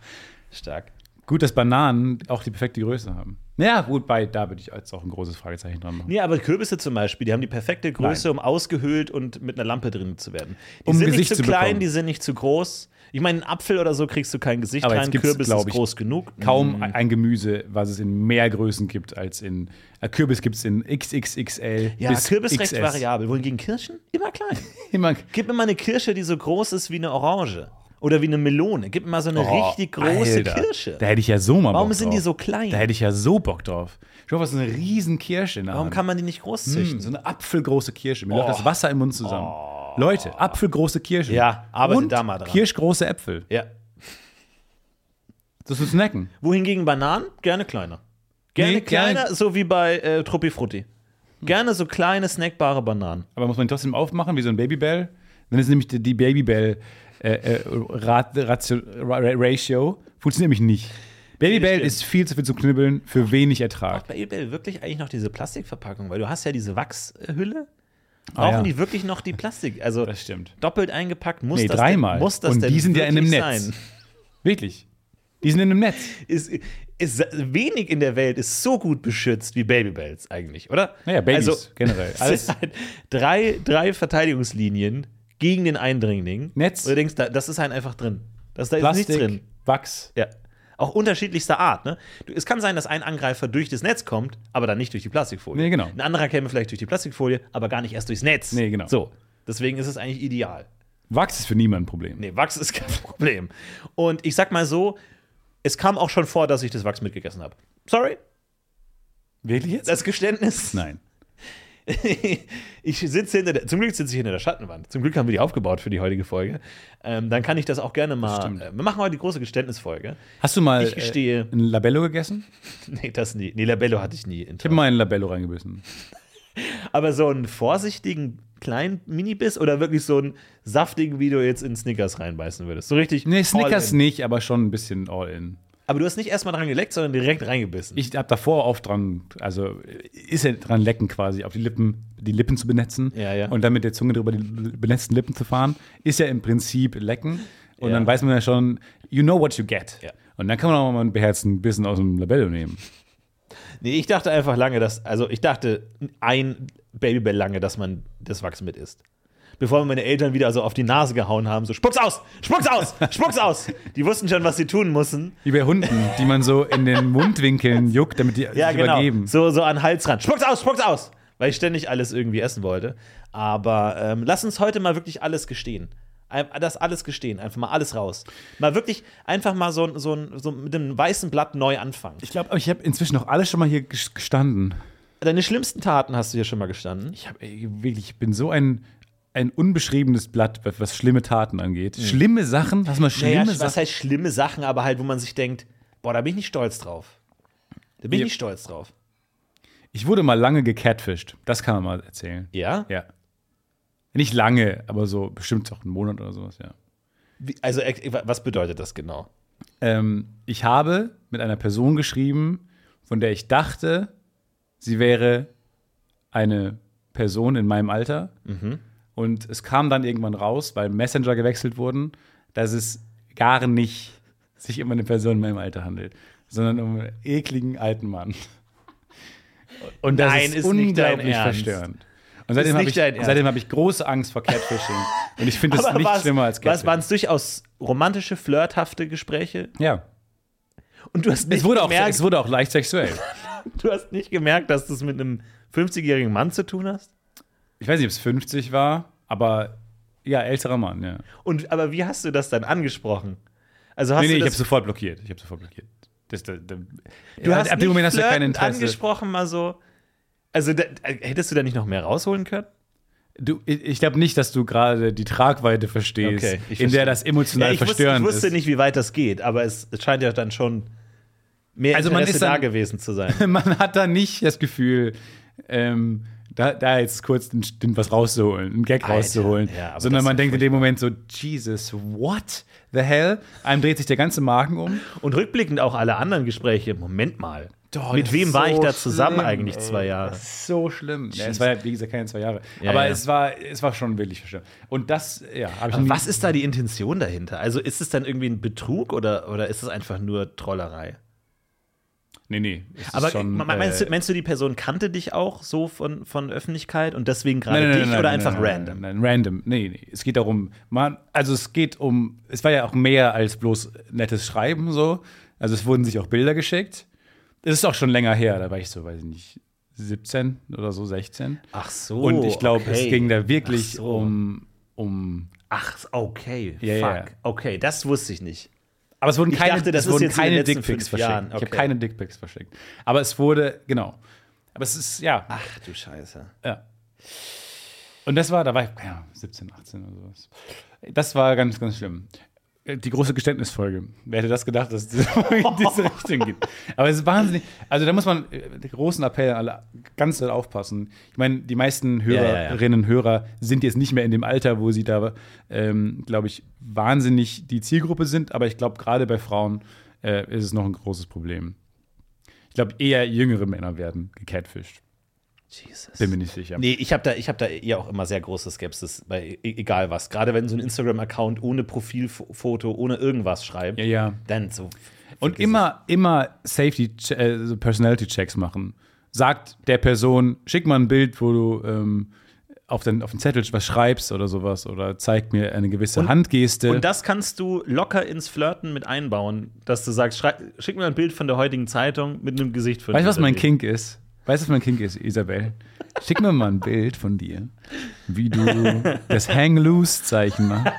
Stark. Gut, dass Bananen auch die perfekte Größe haben. Ja, gut, bei da würde ich jetzt auch ein großes Fragezeichen dran machen. Nee, aber Kürbisse zum Beispiel, die haben die perfekte Größe, um ausgehöhlt und mit einer Lampe drin zu werden. Die Um sind Gesicht nicht zu zu klein, bekommen. die sind nicht zu groß. Ich meine, einen Apfel oder so kriegst du kein Gesicht Aber jetzt rein. gibt's, Kürbis glaub ist ich, groß genug. Mm. Kaum ein- ein Gemüse, was es in mehr Größen gibt als in. Äh, Kürbis gibt es in XXXL. Ja, bis Kürbis recht XS. variabel. Wohingegen Kirschen immer klein. [laughs] Immer, Gib mir mal eine Kirsche, die so groß ist wie eine Orange. Oder wie eine Melone. Gib mir mal so eine Oh, richtig große Alter. Kirsche. Da hätte ich ja so mal Warum Bock sind drauf. die so klein? Da hätte ich ja so Bock drauf. Schau, was so eine riesen Kirsche in der Warum Hand. kann man die nicht groß Hm, züchten? so eine apfelgroße Kirsche. Mir läuft das Wasser im Mund zusammen. Leute, apfelgroße Kirsche. Ja, arbeitet Und da mal dran. Kirschgroße Äpfel. Ja. Das ist snacken. Wohingegen Bananen gerne kleiner. Gerne Nee, Hm. klein- kleiner, so wie bei äh, Truppi Frutti. Gerne so kleine, snackbare Bananen. Aber muss man ihn trotzdem aufmachen, wie so ein Babybell? Dann ist nämlich die, die Babybell äh, äh, Rat, Ratio, Ra- Ra- Ratio funktioniert nämlich nicht. Babybell stimmt. ist viel zu viel zu knibbeln für wenig Ertrag. Bei eBay wirklich eigentlich noch diese Plastikverpackung, weil du hast ja diese Wachshülle. Ah, Brauchen ja. die wirklich noch die Plastik? Also Das stimmt. doppelt eingepackt muss Nee, das dreimal. Denn, muss das Und denn die sind ja in einem wirklich Netz. sein? Wirklich. Die sind in einem Netz. ist, ist, wenig in der Welt ist so gut beschützt wie Babybells eigentlich, oder? Naja, Babys [laughs] generell. Alles Alles- halt drei, drei Verteidigungslinien gegen den Eindringling. Netz. Und du denkst, da, das ist halt einfach drin. Das, da ist nichts Plastik, drin. Wachs. Ja. Auch unterschiedlichster Art. Ne? Du, es kann sein, dass ein Angreifer durch das Netz kommt, aber dann nicht durch die Plastikfolie. Nee, genau. Ein anderer käme vielleicht durch die Plastikfolie, aber gar nicht erst durchs Netz. Nee, genau. So. Deswegen ist es eigentlich ideal. Wachs ist für niemanden ein Problem. Nee, Wachs ist [laughs] kein Problem. Und ich sag mal so, es kam auch schon vor, dass ich das Wachs mitgegessen habe. Sorry, Wirklich jetzt? das Geständnis. Nein. [laughs] ich sitze hinter der, zum Glück sitze ich hinter der Schattenwand. Zum Glück haben wir die aufgebaut für die heutige Folge. Ähm, dann kann ich das auch gerne mal. stimmt. Äh, wir machen heute die große Geständnisfolge. Hast du mal Ich gestehe. [laughs] Äh, ein Labello gegessen? Nee, das nie. Nee, Labello hatte ich nie. in Ich habe mal ein Labello reingebissen. Aber so einen vorsichtigen kleinen Minibiss oder wirklich so einen saftigen, wie du jetzt in Snickers reinbeißen würdest. So richtig. Nee, all Snickers in. nicht, aber schon ein bisschen all in. Aber du hast nicht erstmal dran geleckt, sondern direkt reingebissen. Ich habe davor oft dran, also äh, ist ja dran lecken quasi, auf die Lippen, die Lippen zu benetzen Ja, ja. und dann mit der Zunge drüber die l- benetzten Lippen zu fahren, ist ja im Prinzip lecken. Und Ja. dann weiß man ja schon, you know what you get. Ja. Und dann kann man auch mal einen beherzten Bissen aus dem Labello nehmen. Nee, ich dachte einfach lange, dass, also ich dachte ein Babybell lange, dass man das Wachs mit isst. Bevor meine Eltern wieder so auf die Nase gehauen haben, so spuck's aus, spuck's aus, spuck's aus. Die wussten schon, was sie tun mussten. Wie bei Hunden, die man so in den Mundwinkeln juckt, damit die Ja, sich genau. übergeben. So, so an den Hals ran. Spuck's aus, spuck's aus. Weil ich ständig alles irgendwie essen wollte. Aber ähm, lass uns heute mal wirklich alles gestehen. Ein- Das alles gestehen, einfach mal alles raus. Mal wirklich einfach mal so, ein- so, ein- so mit dem weißen Blatt neu anfangen. Ich glaube, ich habe inzwischen auch alles schon mal hier ges- gestanden. Deine schlimmsten Taten hast du hier schon mal gestanden. Ich, hab, ey, wirklich, ich bin so ein, ein unbeschriebenes Blatt, was, was schlimme Taten angeht. Hm. Schlimme Sachen? Hast du mal schlimme Naja, was Sachen? heißt schlimme Sachen, aber halt, wo man sich denkt, boah, da bin ich nicht stolz drauf. Da bin ich Ja. nicht stolz drauf. Ich wurde mal lange gecatfished. Das kann man mal erzählen. Ja? Ja. Nicht lange, aber so bestimmt auch einen Monat oder sowas, ja. Wie- Also, ex- was bedeutet das genau? Ähm, ich habe mit einer Person geschrieben, von der ich dachte, sie wäre eine Person in meinem Alter. Mhm. Und es kam dann irgendwann raus, weil Messenger gewechselt wurden, dass es gar nicht sich um eine Person in meinem Alter handelt, sondern um einen ekligen alten Mann. Und das Nein, ist, ist nicht dein unglaublich Ernst. verstörend. Und seitdem ist habe nicht ich, dein Ernst. seitdem hab ich große Angst vor Catfishing. Und [laughs] ich finde es nicht war's- schlimmer als was- Waren Catfishing. es durchaus romantische, flirthafte Gespräche? Ja. Und du hast nicht Es wurde, auch, gemerkt, es wurde auch leicht sexuell. du hast nicht gemerkt, dass du es mit einem 50-jährigen Mann zu tun hast? Ich weiß nicht, ob es 50 war, aber ja, älterer Mann, ja. Und aber wie hast du das dann angesprochen? Also hast nee, nee, ich du habe das, sofort blockiert. Ich habe sofort blockiert. Das, da, da, du hast ab dem nicht Moment hast du kein flirtend Interesse. angesprochen mal so. Also da, äh, hättest du da nicht noch mehr rausholen können? Du, ich ich glaube nicht, dass du gerade die Tragweite verstehst, Okay, ich in der verstehe. das emotional ich, wusste, ich verstörend wusste ist. nicht, wie weit das geht, aber es, es scheint ja dann schon mehr Also also man Interesse ist dann- da gewesen zu [laughs] sein. Man hat da nicht das Gefühl, ähm, da, da jetzt kurz den, den was rauszuholen, einen Gag Alter, rauszuholen, ja, aber das sondern ist man ja denkt in dem Moment so, Jesus, what the hell? Einem dreht sich der ganze Magen um. Und rückblickend auch alle anderen Gespräche, Moment mal, Doch, mit das wem ist war ich so da zusammen schlimm, eigentlich ey. zwei Jahre? Das ist so schlimm. Ja, es war ja, wie gesagt, keine zwei Jahre. Ja, Aber ja. Es, war, es war schon wirklich schlimm. Und das, ja, habe ich Aber nie- was ist da die Intention dahinter? Also ist es dann irgendwie ein Betrug oder, oder ist es einfach nur Trollerei? Nee, nee. es ist Aber schon, me- meinst, äh, du, meinst du, die Person kannte dich auch so von, von Öffentlichkeit und deswegen gerade Nein, nein, dich nein, oder nein, einfach nein, nein, random? Nein, nein, random. Nee, nee. Es geht darum, man, also es geht um, es war ja auch mehr als bloß nettes Schreiben so. Also es wurden sich auch Bilder geschickt. Es ist auch schon länger her, da war ich so, weiß ich nicht, 17 oder so, 16. Ach so. Und ich glaube, okay. es ging da wirklich Ach so. um, um. Ach, okay. Ja, ja. fuck. Okay, das wusste ich nicht. Aber es wurden Ich keine, dachte, das es ist wurden jetzt in den keine letzten Dickpics fünf verschickt. Jahren. Ich habe Okay. keine Dickpics verschickt. Aber es wurde, genau. Aber es ist, ja. Ach du Scheiße. Ja. Und das war, da war ich ja, 17, 18 oder sowas. Das war ganz, ganz schlimm. Äh, Die große Geständnisfolge. Wer hätte das gedacht, dass es in diese [laughs] Richtung geht? Aber es ist wahnsinnig. Also, da muss man äh, den großen Appell an alle ganz doll aufpassen. Ich meine, die meisten ja, ja. Hörerinnen und Hörer sind jetzt nicht mehr in dem Alter, wo sie da, ähm, glaube ich, wahnsinnig die Zielgruppe sind. Aber ich glaube, gerade bei Frauen äh, ist es noch ein großes Problem. Ich glaube, eher jüngere Männer werden gecatfished. Jesus. Bin mir nicht sicher. Nee, ich habe da, ich hab da eh auch immer sehr große Skepsis bei e- egal was. Gerade wenn so ein Instagram-Account ohne Profilfoto, ohne irgendwas schreibt, Ja, ja. dann so. Und immer, immer Safety, äh, so Personality Checks machen. Sagt der Person, schick mal ein Bild, wo du ähm, auf, den, auf den Zettel was schreibst oder sowas oder zeig mir eine gewisse Handgeste. Und das kannst du locker ins Flirten mit einbauen, dass du sagst, schrei- schick mir ein Bild von der heutigen Zeitung mit einem Gesicht von weißt du, was dieser mein Bild. Kink ist? Weißt du, was mein Kink ist, Isabel? Schick mir mal ein Bild von dir, wie du das Hang Loose Zeichen machst.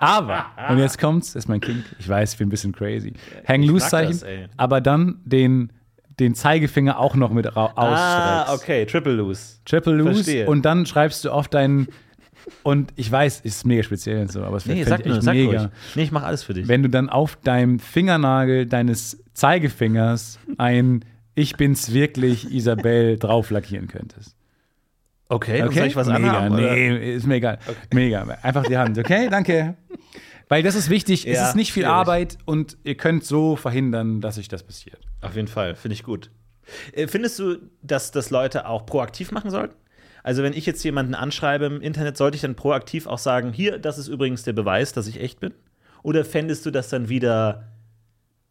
Aber, und jetzt kommt's, das ist mein Kink. Ich weiß, ich bin ein bisschen crazy. Hang Loose Zeichen, das, ey. aber dann den, den Zeigefinger auch noch mit ra- ausstreckst. Ah, okay, Triple Loose. Triple Loose Verstehe. und dann schreibst du auf deinen. Und ich weiß, ist mega speziell und so, aber es nee, Nee, fände sag ich echt nur, sag mega. ruhig. Nee, ich mach alles für dich. Wenn du dann auf deinem Fingernagel deines Zeigefingers ein Ich bin's wirklich, Isabel, drauf lackieren könntest. okay, dann Okay? soll ich was mega, anhaben, oder? Nee, ist mir egal. Mega. Einfach die Hand, okay? Danke. Weil das ist wichtig, es Ja, ist nicht viel schwierig. Arbeit und ihr könnt so verhindern, dass sich das passiert. Auf jeden Fall, finde ich gut. Äh, Findest du, dass das Leute auch proaktiv machen sollten? Also, wenn ich jetzt jemanden anschreibe im Internet, sollte ich dann proaktiv auch sagen, hier, das ist übrigens der Beweis, dass ich echt bin? Oder fändest du das dann wieder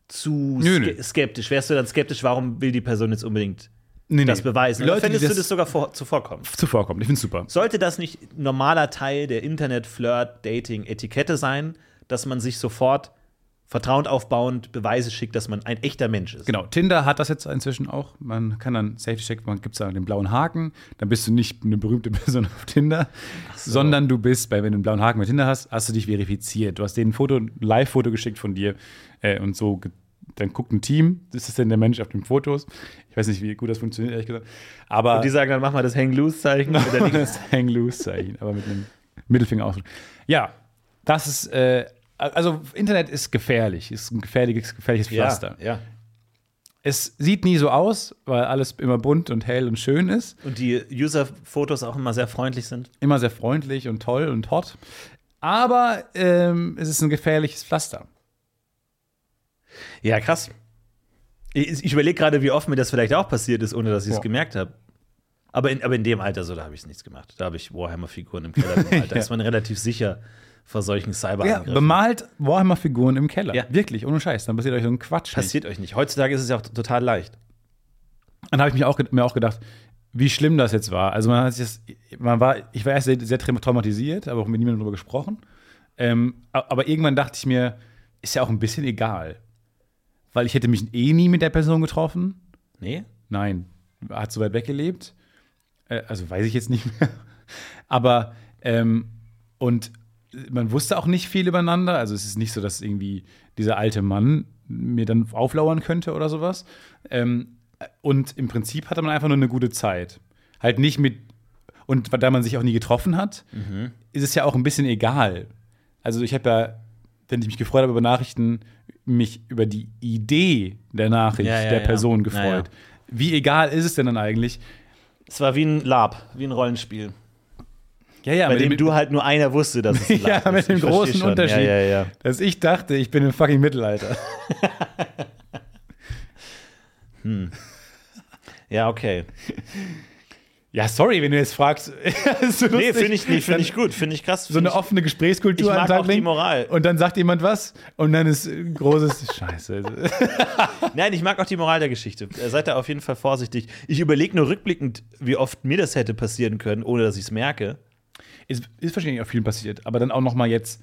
zu Nö, ske- nö. skeptisch? Wärst du dann skeptisch, warum will die Person jetzt unbedingt Nee, das beweisen? Oder Leute, fändest die du das sogar vor, zuvorkommen? zuvorkommt. Ich find's super. Sollte das nicht normaler Teil der Internet-Flirt-Dating-Etikette sein, dass man sich sofort vertrauend aufbauend Beweise schickt, dass man ein echter Mensch ist? Genau, Tinder hat das jetzt inzwischen auch. Man kann dann Safety Check, man gibt da den blauen Haken, dann bist du nicht eine berühmte [laughs] Person auf Tinder, sondern du bist, weil wenn du einen blauen Haken bei Tinder hast, hast du dich verifiziert. Du hast denen ein Foto, ein Live-Foto geschickt von dir äh, und so, ge- dann guckt ein Team, ist das denn der Mensch auf den Fotos? Ich weiß nicht, wie gut das funktioniert, ehrlich gesagt. Aber Und die sagen dann, mach mal das Hang-Loose-Zeichen. oder oder links. [laughs] das Hang Loose Zeichen, aber mit einem Mittelfinger aus. Ja, das ist äh, also Internet ist gefährlich, ist ein gefährliches, gefährliches Pflaster. [laughs] ja. Es sieht nie so aus, weil alles immer bunt und hell und schön ist. Und die User-Fotos auch immer sehr freundlich sind. Immer sehr freundlich und toll und hot. Aber ähm, es ist ein gefährliches Pflaster. Ja, krass. Ich, ich überlege gerade, wie oft mir das vielleicht auch passiert ist, ohne dass ich es Ja. gemerkt habe. Aber in, aber in dem Alter so, da habe ich nichts gemacht. Da habe ich Warhammer-Figuren im Keller [laughs] gemalt. Da ist man relativ sicher vor solchen Ja, Cyberangriffen. bemalt Warhammer-Figuren im Keller. Ja. Wirklich, ohne Scheiß. Dann passiert euch so ein Quatsch. nicht. Passiert euch nicht. Heutzutage ist es ja auch total leicht. Dann habe ich mich auch, ge- mir auch gedacht, wie schlimm das jetzt war. Also man hat sich das, man war, ich war erst sehr, sehr traumatisiert, aber auch mit niemandem darüber gesprochen. Ähm, a- aber irgendwann dachte ich mir, ist ja auch ein bisschen egal. Weil ich hätte mich eh nie mit der Person getroffen. Nee? Nein, hat so weit weggelebt. Äh, also weiß ich jetzt nicht mehr. Aber, ähm, und man wusste auch nicht viel übereinander. Also es ist nicht so, dass irgendwie dieser alte Mann mir dann auflauern könnte oder sowas. Ähm, und im Prinzip hatte man einfach nur eine gute Zeit. Halt nicht mit, und da man sich auch nie getroffen hat, Mhm. ist es ja auch ein bisschen egal. Also ich habe ja, wenn ich mich gefreut habe über Nachrichten, mich über die Idee der Nachricht Ja, ja, der ja. Person Ja, gefreut. ja. Wie egal ist es denn dann eigentlich? Es war wie ein Lab, wie ein Rollenspiel. Ja, ja, bei mit dem dem- du halt nur einer wusste, dass [laughs] es ein Lab ja, ist. mit dem Ich versteh großen schon. Unterschied, Ja, ja, ja. dass ich dachte, ich bin im fucking Mittelalter. ja okay. Ja, sorry, wenn du jetzt [laughs] fragst. ist so Nee, lustig. finde ich, nee, find Dann ich gut, finde ich krass. So eine find offene Ich Gesprächskultur mag an den Tag auch die legen. Moral. Und dann sagt jemand was und dann ist ein großes Scheiße. ich, nein, ich mag auch die Moral der Geschichte. Äh, Seid da auf jeden Fall vorsichtig. Ich überlege nur rückblickend, wie oft mir das hätte passieren können, ohne dass ich es merke. Ist, ist wahrscheinlich auch vielen passiert, aber dann auch noch mal jetzt.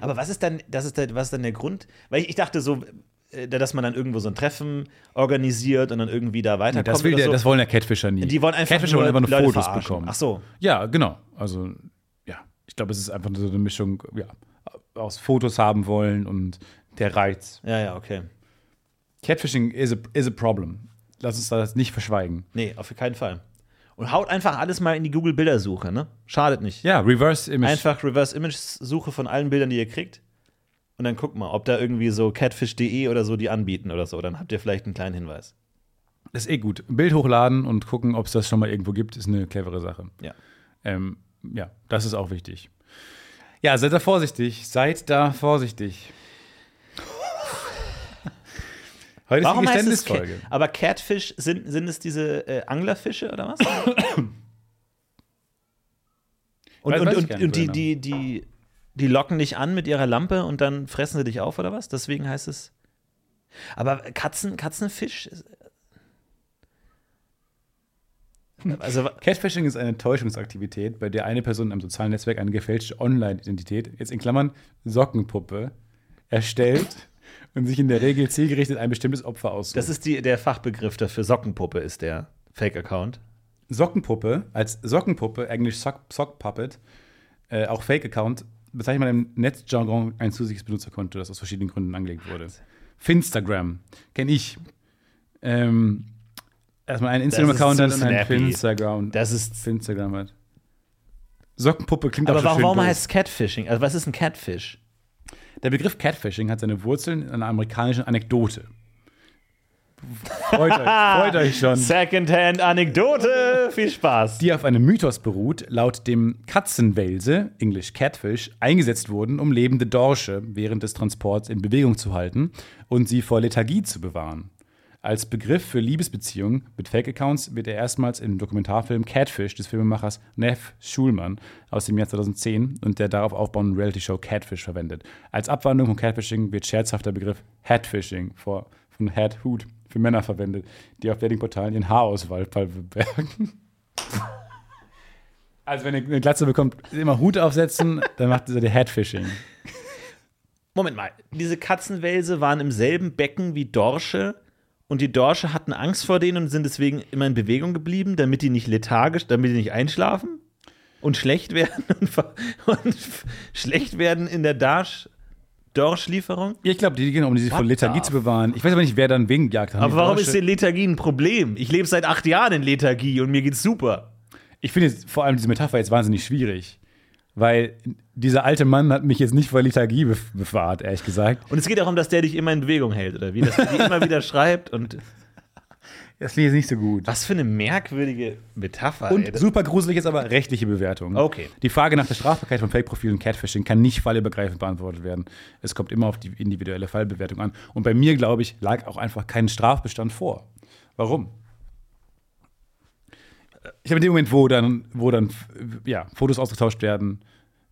Aber was ist dann, das ist dann, was ist dann der Grund? Weil ich, ich dachte so, äh, dass man dann irgendwo so ein Treffen organisiert und dann irgendwie da weiterkommt. Das, will oder der, so. das wollen ja Catfisher nie. Die wollen einfach Catfisher nur wollen einfach nur Leute Fotos verarschen. bekommen. Ach so. Ja, genau. Also, ja. Ich glaube, es ist einfach so eine Mischung ja, aus Fotos haben wollen und der Reiz. Ja, ja, okay. Catfishing is a, is a problem. Lass uns das nicht verschweigen. Nee, auf keinen Fall. Und haut einfach alles mal in die Google-Bildersuche, ne? Schadet nicht. Ja, Reverse Image. Einfach Reverse-Image-Suche von allen Bildern, die ihr kriegt. Und dann guckt mal, ob da irgendwie so catfish.de oder so die anbieten oder so. Dann habt ihr vielleicht einen kleinen Hinweis. Das ist eh gut. Ein Bild hochladen und gucken, ob es das schon mal irgendwo gibt, ist eine clevere Sache. Ja. Ähm, ja, das ist auch wichtig. Ja, seid da vorsichtig. Seid [laughs] da vorsichtig. Heute ist die Warum heißt es Ca- Geständnisfolge. Aber Catfish, sind, sind es diese äh, Anglerfische oder [coughs] was? und Weiß- und, weiß ich und, gar nicht, und die, Brenner. die, die, die locken dich an mit ihrer Lampe und dann fressen sie dich auf oder was? Deswegen heißt es. Aber Katzen, Katzenfisch? ist- Also, wa- Catfishing ist eine Täuschungsaktivität, bei der eine Person am sozialen Netzwerk eine gefälschte Online-Identität, jetzt in Klammern Sockenpuppe, erstellt und sich in der Regel zielgerichtet ein bestimmtes Opfer aussucht. das ist die, der Fachbegriff dafür. Sockenpuppe ist der Fake-Account. Sockenpuppe, als Sockenpuppe, englisch Sock, Sock Puppet, äh, auch Fake-Account, bezeichnet man im Netzjargon ein zusätzliches Benutzerkonto, das aus verschiedenen Gründen angelegt wurde. Finstagram, kenne ich. Ähm, erstmal einen Das Instagram-Account, dann ist so einen snappy. Finstagram. Das ist. Finstagram hat. Sockenpuppe klingt auch Aber schon warum, schön warum doof. heißt es Catfishing? Also, was ist ein Catfish? Der Begriff Catfishing hat seine Wurzeln in einer amerikanischen Anekdote. [laughs] Freut euch, freut euch schon. Secondhand-Anekdote! Viel Spaß! die auf einem Mythos beruht, laut dem Katzenwälse, englisch Catfish, eingesetzt wurden, um lebende Dorsche während des Transports in Bewegung zu halten und sie vor Lethargie zu bewahren. Als Begriff für Liebesbeziehungen mit Fake-Accounts wird er erstmals im Dokumentarfilm Catfish des Filmemachers Neff Schulman aus dem Jahr 2010 und der darauf aufbauenden Reality-Show Catfish verwendet. Als Abwandlung von Catfishing wird scherzhafter Begriff Hatfishing vor, von Hat Hood für Männer verwendet, die auf Datingportalen ihren Haarausfall bewerben. Also wenn ihr eine Glatze bekommt, immer Hut aufsetzen, dann macht ihr die Headfishing. Moment mal, diese Katzenwälse waren im selben Becken wie Dorsche und die Dorsche hatten Angst vor denen und sind deswegen immer in Bewegung geblieben, damit die nicht lethargisch, damit die nicht einschlafen und schlecht werden und, ver- [laughs] und f- schlecht werden in der Dorsch Dorschlieferung. Ich glaube, die gehen, um die vor What Lethargie the- zu bewahren. Ich weiß aber nicht, wer dann wen gejagt hat. Aber Die warum Dorsche- ist denn Lethargie ein Problem? Ich lebe seit acht Jahren in Lethargie und mir geht's super. Ich finde jetzt vor allem diese Metapher jetzt wahnsinnig schwierig. Weil dieser alte Mann hat mich jetzt nicht vor Lethargie bef- bewahrt, ehrlich gesagt. Und es geht darum, dass der dich immer in Bewegung hält, oder wie? Dass er die immer wieder [laughs] schreibt und Das finde ich jetzt nicht so gut. was für eine merkwürdige Metapher. ey. Und Das- super gruselig ist aber rechtliche Bewertung. Okay. Die Frage nach der Strafbarkeit von Fake-Profilen und Catfishing kann nicht fallübergreifend beantwortet werden. Es kommt immer auf die individuelle Fallbewertung an. Und bei mir, glaube ich, lag auch einfach kein Strafbestand vor. Warum? Ich habe in dem Moment, wo dann, wo dann ja, Fotos ausgetauscht werden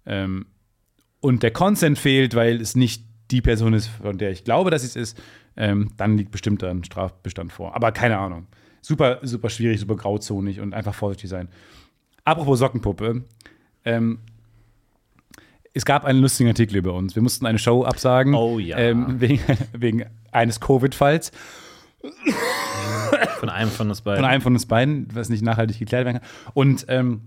ähm, und der Consent fehlt, weil es nicht die Person ist, von der ich glaube, dass sie es ist, ähm, dann liegt bestimmt da ein Strafbestand vor. Aber keine Ahnung. Super, super schwierig, super grauzonig und einfach vorsichtig sein. Apropos Sockenpuppe. Ähm, es gab einen lustigen Artikel über uns. Wir mussten eine Show absagen. Oh ja. Ähm, wegen, [laughs] wegen eines Covid-Falls. Von einem von uns beiden. Von einem von uns beiden, was nicht nachhaltig geklärt werden kann. Und ähm,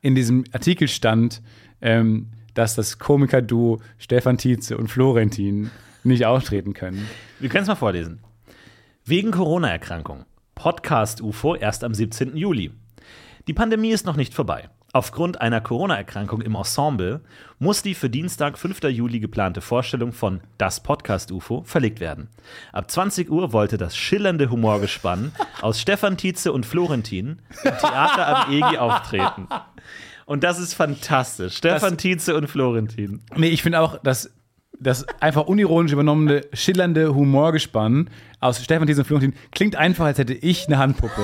in diesem Artikel stand, ähm, dass das Komiker-Duo Stefan Tietze und Florentin nicht auftreten können. Wir können es mal vorlesen. Wegen Corona-Erkrankung. Podcast UFO erst am 17. Juli. Die Pandemie ist noch nicht vorbei. Aufgrund einer Corona-Erkrankung im Ensemble muss die für Dienstag, 5. Juli geplante Vorstellung von Das Podcast UFO verlegt werden. Ab 20 Uhr wollte das schillernde Humorgespann aus Stefan Tietze und Florentin im Theater am EGI auftreten. Und das ist fantastisch. Stefan Tietze und Florentin. Nee, ich finde auch, dass das einfach unironisch übernommene, schillernde Humorgespann aus Stefan Tietze und Florentin klingt einfach, als hätte ich eine Handpuppe.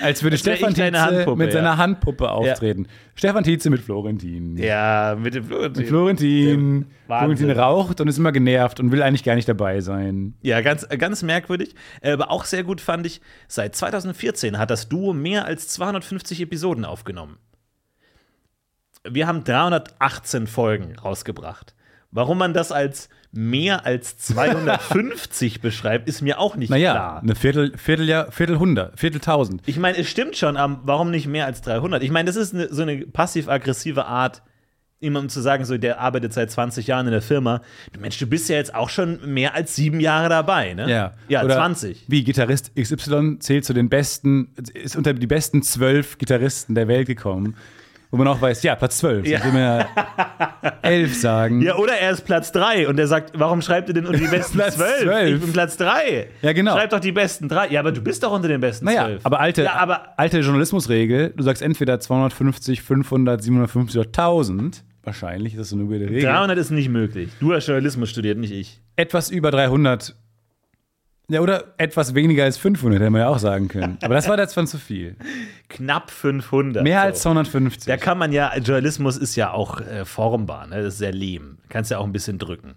Als würde wär Stefan ich deine Tietze Handpuppe, mit ja. seiner Handpuppe auftreten. Stefan Tietze mit Florentin. Ja, mit dem Florentin. Florentin, Wahnsinn. Florentin raucht und ist immer genervt und will eigentlich gar nicht dabei sein. Ja, ganz, ganz merkwürdig. Äh, Aber auch sehr gut fand ich, seit 2014 hat das Duo mehr als 250 Episoden aufgenommen. Wir haben 318 Folgen rausgebracht. Warum man das als mehr als 250 beschreibt, ist mir auch nicht Naja, klar. eine Viertel, Vierteljahr, Viertelhundert, Vierteltausend. Ich meine, es stimmt schon, aber warum nicht mehr als 300? Ich meine, das ist eine, so eine passiv-aggressive Art, jemandem zu sagen, so der arbeitet seit 20 Jahren in der Firma. Du Mensch, du bist ja jetzt auch schon mehr als sieben Jahre dabei, ne? Ja, Oder 20. Wie Gitarrist XY zählt zu den besten, ist unter die besten zwölf Gitarristen der Welt gekommen. Wo man auch weiß, ja, Platz zwölf. Ja. Will man ja [laughs] elf sagen. Ja, oder er ist Platz 3 und er sagt, warum schreibt ihr denn [laughs] unter die besten Platz 12? Ich zwölf. bin Platz 3. Ja, genau. Schreib doch die besten 3. Ja, aber du bist doch unter den besten naja, 12. aber alte, Ja, aber alte Journalismusregel, du sagst entweder 250, 500, 750 oder 1000. Wahrscheinlich ist das so eine gute Regel. 300 ist nicht möglich. Du hast Journalismus studiert, nicht ich. etwas über 300. Ja, oder etwas weniger als 500, hätte man ja auch sagen können. Aber das war jetzt von zu viel. Knapp 500. Mehr so. als 250. Da kann man ja, Journalismus ist ja auch äh, formbar, ne? das ist sehr lehm. Kannst ja auch ein bisschen drücken.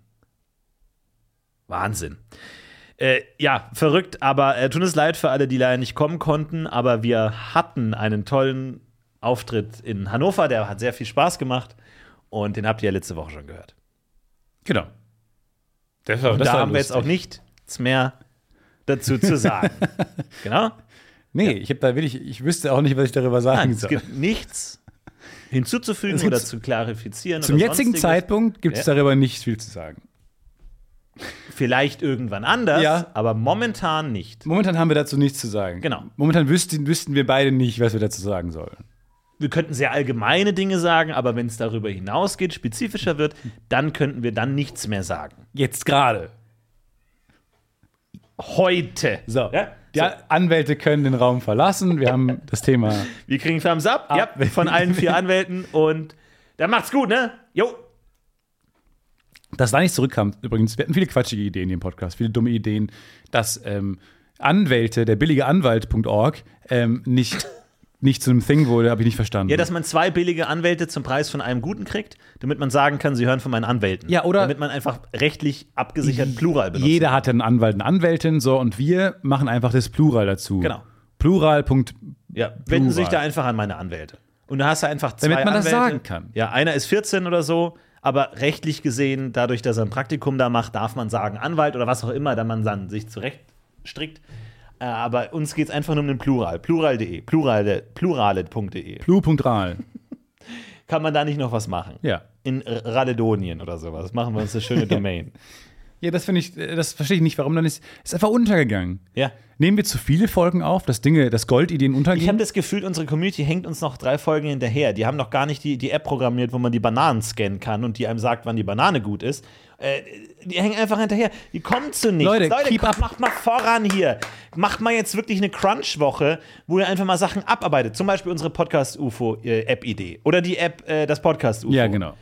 Wahnsinn. Äh, ja, verrückt, aber äh, tut uns leid für alle, die leider nicht kommen konnten, aber wir hatten einen tollen Auftritt in Hannover, der hat sehr viel Spaß gemacht und den habt ihr ja letzte Woche schon gehört. genau. Das Und da haben wir jetzt auch nichts mehr dazu zu sagen. [laughs] genau? Nee, ich habe da wirklich, ich wüsste auch nicht, was ich darüber sagen Nein, es soll. gibt nichts hinzuzufügen Es gibt- oder zu klarifizieren. Zum oder jetzigen sonstiges. Zeitpunkt gibt es Ja. darüber nicht viel zu sagen. Vielleicht irgendwann anders, Ja. aber momentan nicht. Momentan haben wir dazu nichts zu sagen. Genau. Momentan wüssten, wüssten wir beide nicht, was wir dazu sagen sollen. Wir könnten sehr allgemeine Dinge sagen, aber wenn es darüber hinausgeht, spezifischer wird, dann könnten wir dann nichts mehr sagen. Jetzt gerade. Heute. So. Ja? Die An- Anwälte können den Raum verlassen. Wir [laughs] haben das Thema Wir kriegen Thumbs up, Ah. Ja, von allen vier Anwälten und dann macht's gut, ne? Jo. dass da nichts zurückkam, übrigens, wir hatten viele quatschige Ideen hier im Podcast, viele dumme Ideen, dass ähm, Anwälte, der billige Anwalt.org, ähm, nicht, nicht zu einem Thing wurde, habe ich nicht verstanden. Ja, dass man zwei billige Anwälte zum Preis von einem guten kriegt, damit man sagen kann, sie hören von meinen Anwälten. Ja, oder- Damit man einfach rechtlich abgesichert Plural benutzt. Jeder hat einen Anwalt, eine Anwältin, so, und wir machen einfach das Plural dazu. Genau. Plural. Ja, wenden Plural. sich da einfach an meine Anwälte. Und da hast du einfach zwei Damit man das Anwälte. sagen kann. Ja, einer ist 14 oder so, aber rechtlich gesehen, dadurch, dass er ein Praktikum da macht, darf man sagen Anwalt oder was auch immer, da man dann sich zurechtstrickt. Äh, Aber uns geht es einfach nur um den Plural. Plural.de, plurale, plurale.de. Plural. Kann man da nicht noch was machen? Ja. In R- Raledonien oder sowas. Machen wir uns eine [laughs] schöne Domain. Ja, das finde ich, äh, das verstehe ich nicht, warum dann ist, ist einfach untergegangen. ja. Nehmen wir zu viele Folgen auf, dass Dinge, dass Goldideen Ich habe untergehen? das Gefühl, unsere Community hängt uns noch drei Folgen hinterher. Die haben noch gar nicht die, die App programmiert, wo man die Bananen scannen kann und die einem sagt, wann die Banane gut ist. Äh, die hängen einfach hinterher. Die kommen zu nichts. Leute, keep kommt, up. macht mal voran hier. Macht mal jetzt wirklich eine Crunch-Woche, wo ihr einfach mal Sachen abarbeitet. Zum Beispiel unsere Podcast-UFO-App-Idee. äh, Oder die App, äh, das Podcast-UFO. ja, genau.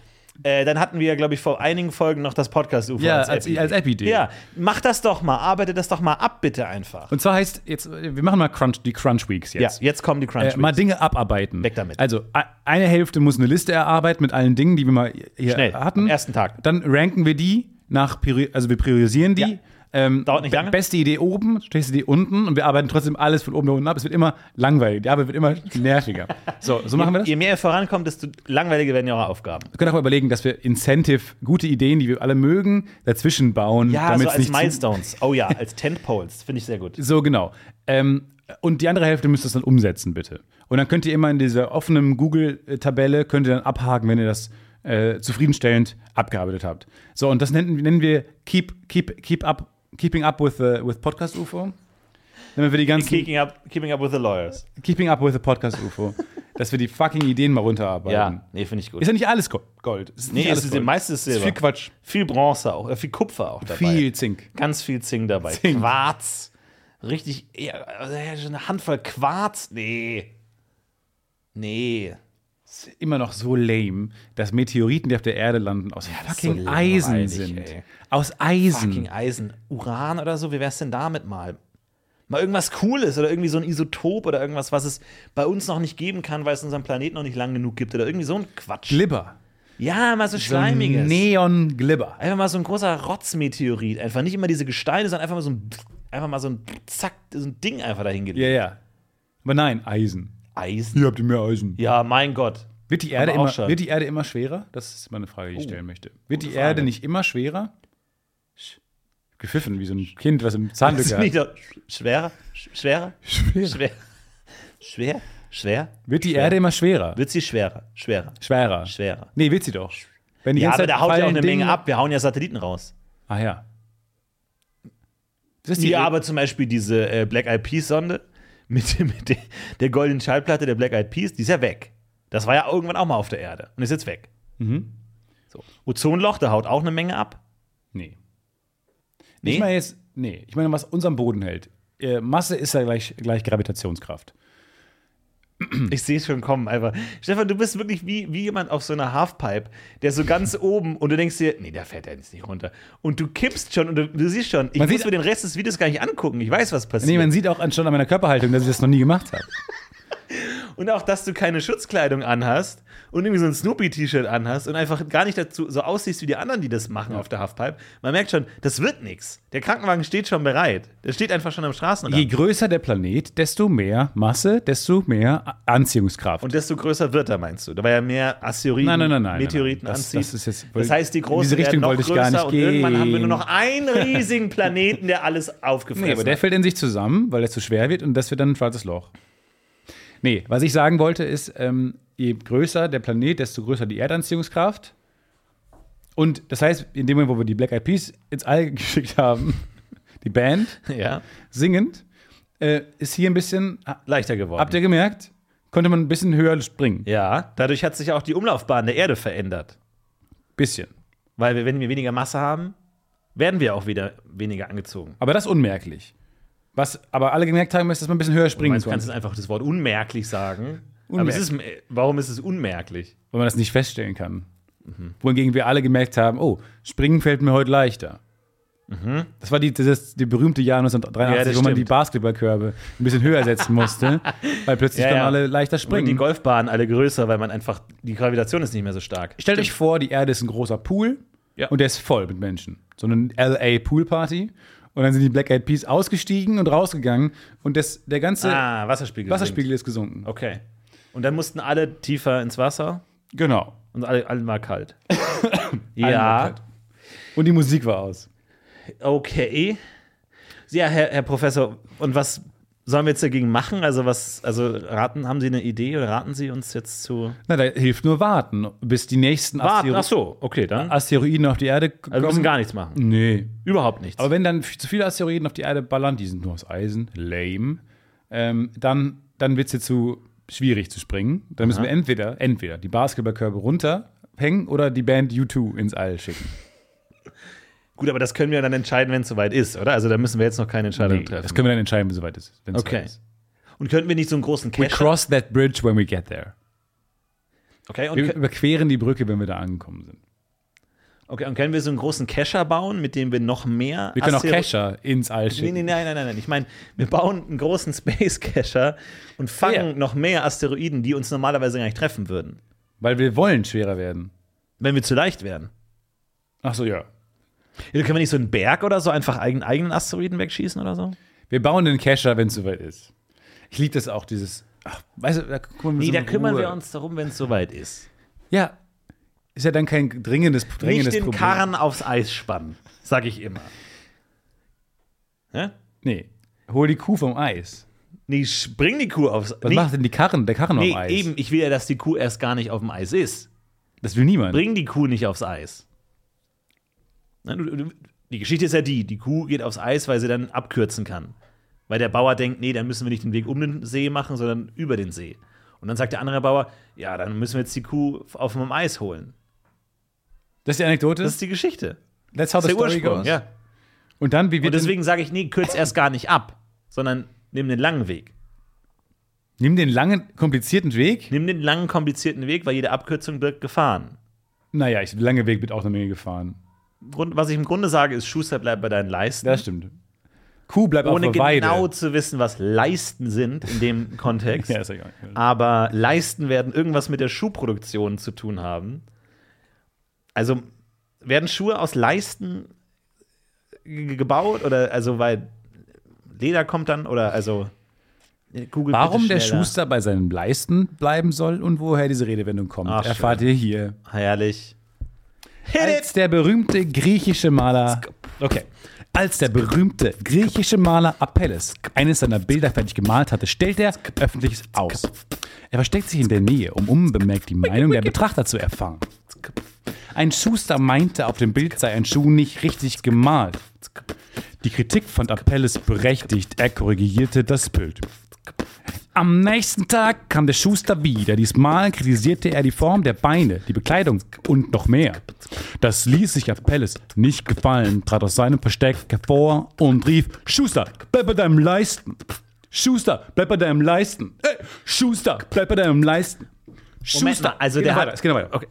Äh, dann hatten wir ja, glaube ich, vor einigen Folgen noch das Podcast-UFO Ja, als, als, App-Idee. als App-Idee. Ja, macht das doch mal. Arbeitet das doch mal ab, bitte einfach. Und zwar heißt jetzt, wir machen mal Crunch, die Crunch Weeks Ja, jetzt. jetzt kommen die crunch äh, mal Dinge abarbeiten. Weg damit. Also a- eine Hälfte muss eine Liste erarbeiten mit allen Dingen, die wir mal hier Schnell, hatten. am ersten Tag. Dann ranken wir die nach, Priori- also wir priorisieren die. Ja. Ähm, Dauert nicht be- lange. Beste Idee oben, schlechteste Idee unten und wir arbeiten trotzdem alles von oben nach unten ab. Es wird immer langweilig. Die Arbeit [laughs] wird immer nerviger. So, so machen wir das. Je mehr ihr vorankommt, desto langweiliger werden ja eure Aufgaben. Wir können auch mal überlegen, dass wir Incentive, gute Ideen, die wir alle mögen, dazwischen bauen, Ja, so damit es als nicht zu- Milestones. Oh ja, als Tentpoles. Finde ich sehr [laughs] gut. So, genau. Ähm, und die andere Hälfte müsst ihr es dann umsetzen, bitte. Und dann könnt ihr immer in dieser offenen Google-Tabelle, könnt ihr dann abhaken, wenn ihr das äh, zufriedenstellend abgearbeitet habt. So, und das nennen, nennen wir keep, keep, keep up, Keeping Up with, the, with Podcast UFO. Damit wir die ganzen Keeping up, keeping up with the lawyers. Keeping Up with the Podcast [laughs] UFO, dass wir die fucking Ideen mal runterarbeiten. Ja, nee, finde ich gut. Ist ja nicht alles Go- Gold. Ist Nee, nicht alles es ist meistens Ist Silber. viel Quatsch. Viel Bronze auch, äh, viel Kupfer auch dabei. Viel Zink. Ganz viel Zing dabei. Zink. Quarz. Richtig, eher, also eine Handvoll Quarz. Nee. Nee. immer noch so lame, dass Meteoriten, die auf der Erde landen, aus das ist fucking so Eisen langweilig, sind. ey. Aus Eisen. Fucking Eisen. Uran oder so, wie wär's denn damit mal? Mal irgendwas Cooles oder irgendwie so ein Isotop oder irgendwas, was es bei uns noch nicht geben kann, weil es unseren Planeten noch nicht lang genug gibt oder irgendwie so ein Quatsch. Glibber. ja, mal so So ein Schleimiges. Neon-Glibber. Einfach mal so ein großer Rotzmeteorit. Einfach nicht immer diese Gesteine, sondern einfach mal so ein, einfach mal so ein Zack, so ein Ding einfach dahingelegt. Ja, ja. Aber nein, Eisen. Eisen. Hier habt ihr mehr Eisen. Ja, mein Gott. Wird, die Erde Aber auch immer, schon. Oh, wird die Erde immer schwerer? Das ist mal eine Frage, die ich stellen möchte. Wird die Frage. Erde nicht immer schwerer? Sch- Gepfiffen, wie so ein Kind, was im Zahnlücker Ist nicht hat. so sch- schwerer, sch- schwerer, schwer, schwer, schwer. Wird die Erde immer schwerer? Wird sie schwerer, schwerer, Schwerer. schwerer. Nee, wird sie doch. Wenn die Ja, ganze aber Zeit da haut ja auch fallen eine Menge Dinge- ab. Wir hauen ja Satelliten raus. Ah ja. Das ist Ja, aber zum Beispiel diese äh, Black Eyed Peas Sonde mit, [laughs] dem- mit der, der goldenen Schallplatte der Black Eyed Peas, die ist ja weg. Das war ja irgendwann auch mal auf der Erde und ist jetzt weg. Mhm. So. Ozonloch, da haut auch eine Menge ab. Nee. Nee? Ich meine jetzt, nee, ich meine, was uns am Boden hält. Äh, Masse ist ja gleich, gleich Gravitationskraft. Ich sehe es schon kommen, einfach. Stefan, du bist wirklich wie, wie jemand auf so einer Halfpipe, der so [laughs] ganz oben und du denkst dir, nee, der fährt ja jetzt nicht runter. Und du kippst schon und du, du siehst schon, ich Man muss sieht- mir den Rest des Videos gar nicht angucken. Ich weiß, was passiert. Nee, man sieht auch anstatt an meiner Körperhaltung, dass ich das noch nie gemacht habe. und auch, dass du keine Schutzkleidung anhast und irgendwie so ein Snoopy-T-Shirt anhast und einfach gar nicht dazu so aussiehst wie die anderen, die das machen auf der Halfpipe. Man merkt schon, das wird nichts. Der Krankenwagen steht schon bereit. Der steht einfach schon am Je Straßenrand. größer der Planet, desto mehr Masse, desto mehr A- Anziehungskraft. Und desto größer wird er, meinst du? Da war ja mehr Asteroiden, Nein, nein, nein, nein, Meteoriten nein, nein. Das- anzieht. das ist jetzt- das heißt, die in großen diese Richtung werden noch wollte ich größer gar nicht und irgendwann haben wir nur gehen. noch einen [laughs] riesigen Planeten, der alles aufgefressen nee, aber der hat. fällt in sich zusammen, weil er zu schwer wird und das wird dann ein schwarzes Loch. Nee, was ich sagen wollte ist, ähm, je größer der Planet, desto größer die Erdanziehungskraft. Und das heißt, in dem Moment, wo wir die Black Eyed Peas ins All [laughs] geschickt haben, die Band, Ja, singend, äh, ist hier ein bisschen, ha- leichter geworden. habt ihr gemerkt, konnte man ein bisschen höher springen. ja, dadurch hat sich auch die Umlaufbahn der Erde verändert. Bisschen. Weil wir, wenn wir weniger Masse haben, werden wir auch wieder weniger angezogen. Aber das unmerklich. Was aber alle gemerkt haben, ist, dass man ein bisschen höher Du springen meinst, du kannst konnte. jetzt einfach das Wort unmerklich sagen. Unmerklich. Aber es ist, warum ist es unmerklich? Weil man das nicht feststellen kann. Wohingegen wir alle gemerkt haben, oh, springen fällt mir heute leichter. Das war die, das, die berühmte Jahr Ja, 1983, das wo man die stimmt. Basketballkörbe ein bisschen höher setzen [laughs] musste, weil plötzlich Ja, dann ja. alle leichter Und die springen. Golfbahnen alle größer, weil man einfach, die Gravitation ist nicht mehr so stark. Stellt euch vor, die Erde ist ein großer Pool Ja. und der ist voll mit Menschen. So eine LA Pool Party. Und dann sind die Black Eyed Peas ausgestiegen und rausgegangen und das, der ganze Ah, Wasserspiegel. sinkt. Wasserspiegel ist gesunken. Okay. Und dann mussten alle tiefer ins Wasser Genau. und alle, allen war kalt. Einmal ja, kalt. Und die Musik war aus. okay. Ja, Herr, Herr Professor, und was sollen wir jetzt dagegen machen? Also was, also raten, haben Sie eine Idee oder raten Sie uns jetzt zu Na, da hilft nur warten, bis die nächsten warten? Astero- Ach so, okay, dann. Also Asteroiden auf die Erde kommen. wir müssen gar nichts machen. nee. Überhaupt nichts. Aber wenn dann f- zu viele Asteroiden auf die Erde ballern, die sind nur aus Eisen, lame, ähm, dann, dann wird es hier zu schwierig zu springen. Dann müssen wir entweder, entweder die Basketballkörbe runterhängen oder die Band U2 ins All schicken. Gut, aber das können wir dann entscheiden, wenn es soweit ist, oder? Also da müssen wir jetzt noch keine Entscheidung Nee, treffen. das können wir dann entscheiden, wenn es soweit ist. wenn's Okay. soweit ist. und könnten wir nicht so einen großen We Cache? cross that bridge when we get there. okay, und Wir kö- überqueren die Brücke, wenn wir da angekommen sind. okay, und können wir so einen großen Cacher bauen, mit dem wir noch mehr Wir können auch Astero- Kescher ins All Nee, schicken. nee, nein, nein, nein, nein. Ich meine, wir bauen einen großen [laughs] Space Cacher und fangen Ja. noch mehr Asteroiden, die uns normalerweise gar nicht treffen würden, Weil wir wollen schwerer werden. wenn wir zu leicht wären. Ach so, ja. Ja, können wir nicht so einen Berg oder so einfach einen eigenen Asteroiden wegschießen oder so? Wir bauen den Kescher, wenn es soweit ist. Ich liebe das auch, dieses. Ach, weißt du, da kümmern wir, Nee, so da in kümmern Ruhe. wir uns darum, wenn es soweit ist. Ja. Ist ja dann kein dringendes, dringendes Nicht den Problem. Karren aufs Eis spannen, sag ich immer. Ja? Nee. Hol die Kuh vom Eis. Nee, spring die Kuh aufs Was nee, macht denn die Karren, der Karren nee, auf Eis? eben, ich will ja, dass die Kuh erst gar nicht auf dem Eis ist. Das will niemand. Bring die Kuh nicht aufs Eis. Na, du, du, die Geschichte ist ja die, die Kuh geht aufs Eis, weil sie dann abkürzen kann. Weil der Bauer denkt, nee, dann müssen wir nicht den Weg um den See machen, sondern über den See. Und dann sagt der andere Bauer, ja, dann müssen wir jetzt die Kuh auf dem Eis holen. Das ist die Anekdote. Das ist die Geschichte. That's how Das the ist der story Ursprung, goes. ja. Und dann, wie wir Und deswegen sage ich, nee, kürz erst gar nicht ab, sondern nimm den langen Weg. nimm den langen, komplizierten Weg. Nimm den langen, komplizierten Weg, weil jede Abkürzung birgt Gefahren. Naja, ich lange Weg mit auch eine Menge gefahren. Grund, was ich im Grunde sage, ist, Schuster, bleib bei deinen Leisten. Das stimmt. Kuh bleibt Hm? ohne auf der Weide. [laughs] genau zu wissen, was Leisten sind in dem Kontext. ja, ist egal. Aber Leisten werden irgendwas mit der Schuhproduktion zu tun haben. Also werden Schuhe aus Leisten ge- gebaut oder also weil Leder kommt dann oder also Google Warum bitte der schneller. Schuster bei seinen Leisten bleiben soll und woher diese Redewendung kommt, Ach, erfahrt ihr hier. Ah, herrlich Als der berühmte griechische Maler okay Als der berühmte griechische Maler Apelles eines seiner Bilder fertig gemalt hatte, stellte er öffentliches aus. Er versteckt sich in der Nähe, um unbemerkt die Meinung der Betrachter zu erfahren. Ein Schuster meinte, auf dem Bild sei ein Schuh nicht richtig gemalt. Die Kritik fand Apelles berechtigt, er korrigierte das Bild. Am nächsten Tag kam der Schuster wieder. Diesmal kritisierte er die Form der Beine, die Bekleidung und noch mehr. Das ließ sich Apelles nicht gefallen, trat aus seinem Versteck hervor und rief: Schuster, bleib bei deinem Leisten! Schuster, bleib bei deinem Leisten! Ey, Schuster, bleib bei deinem Leisten! mal, also Geht der noch hat- weiter, es geht noch weiter. Okay.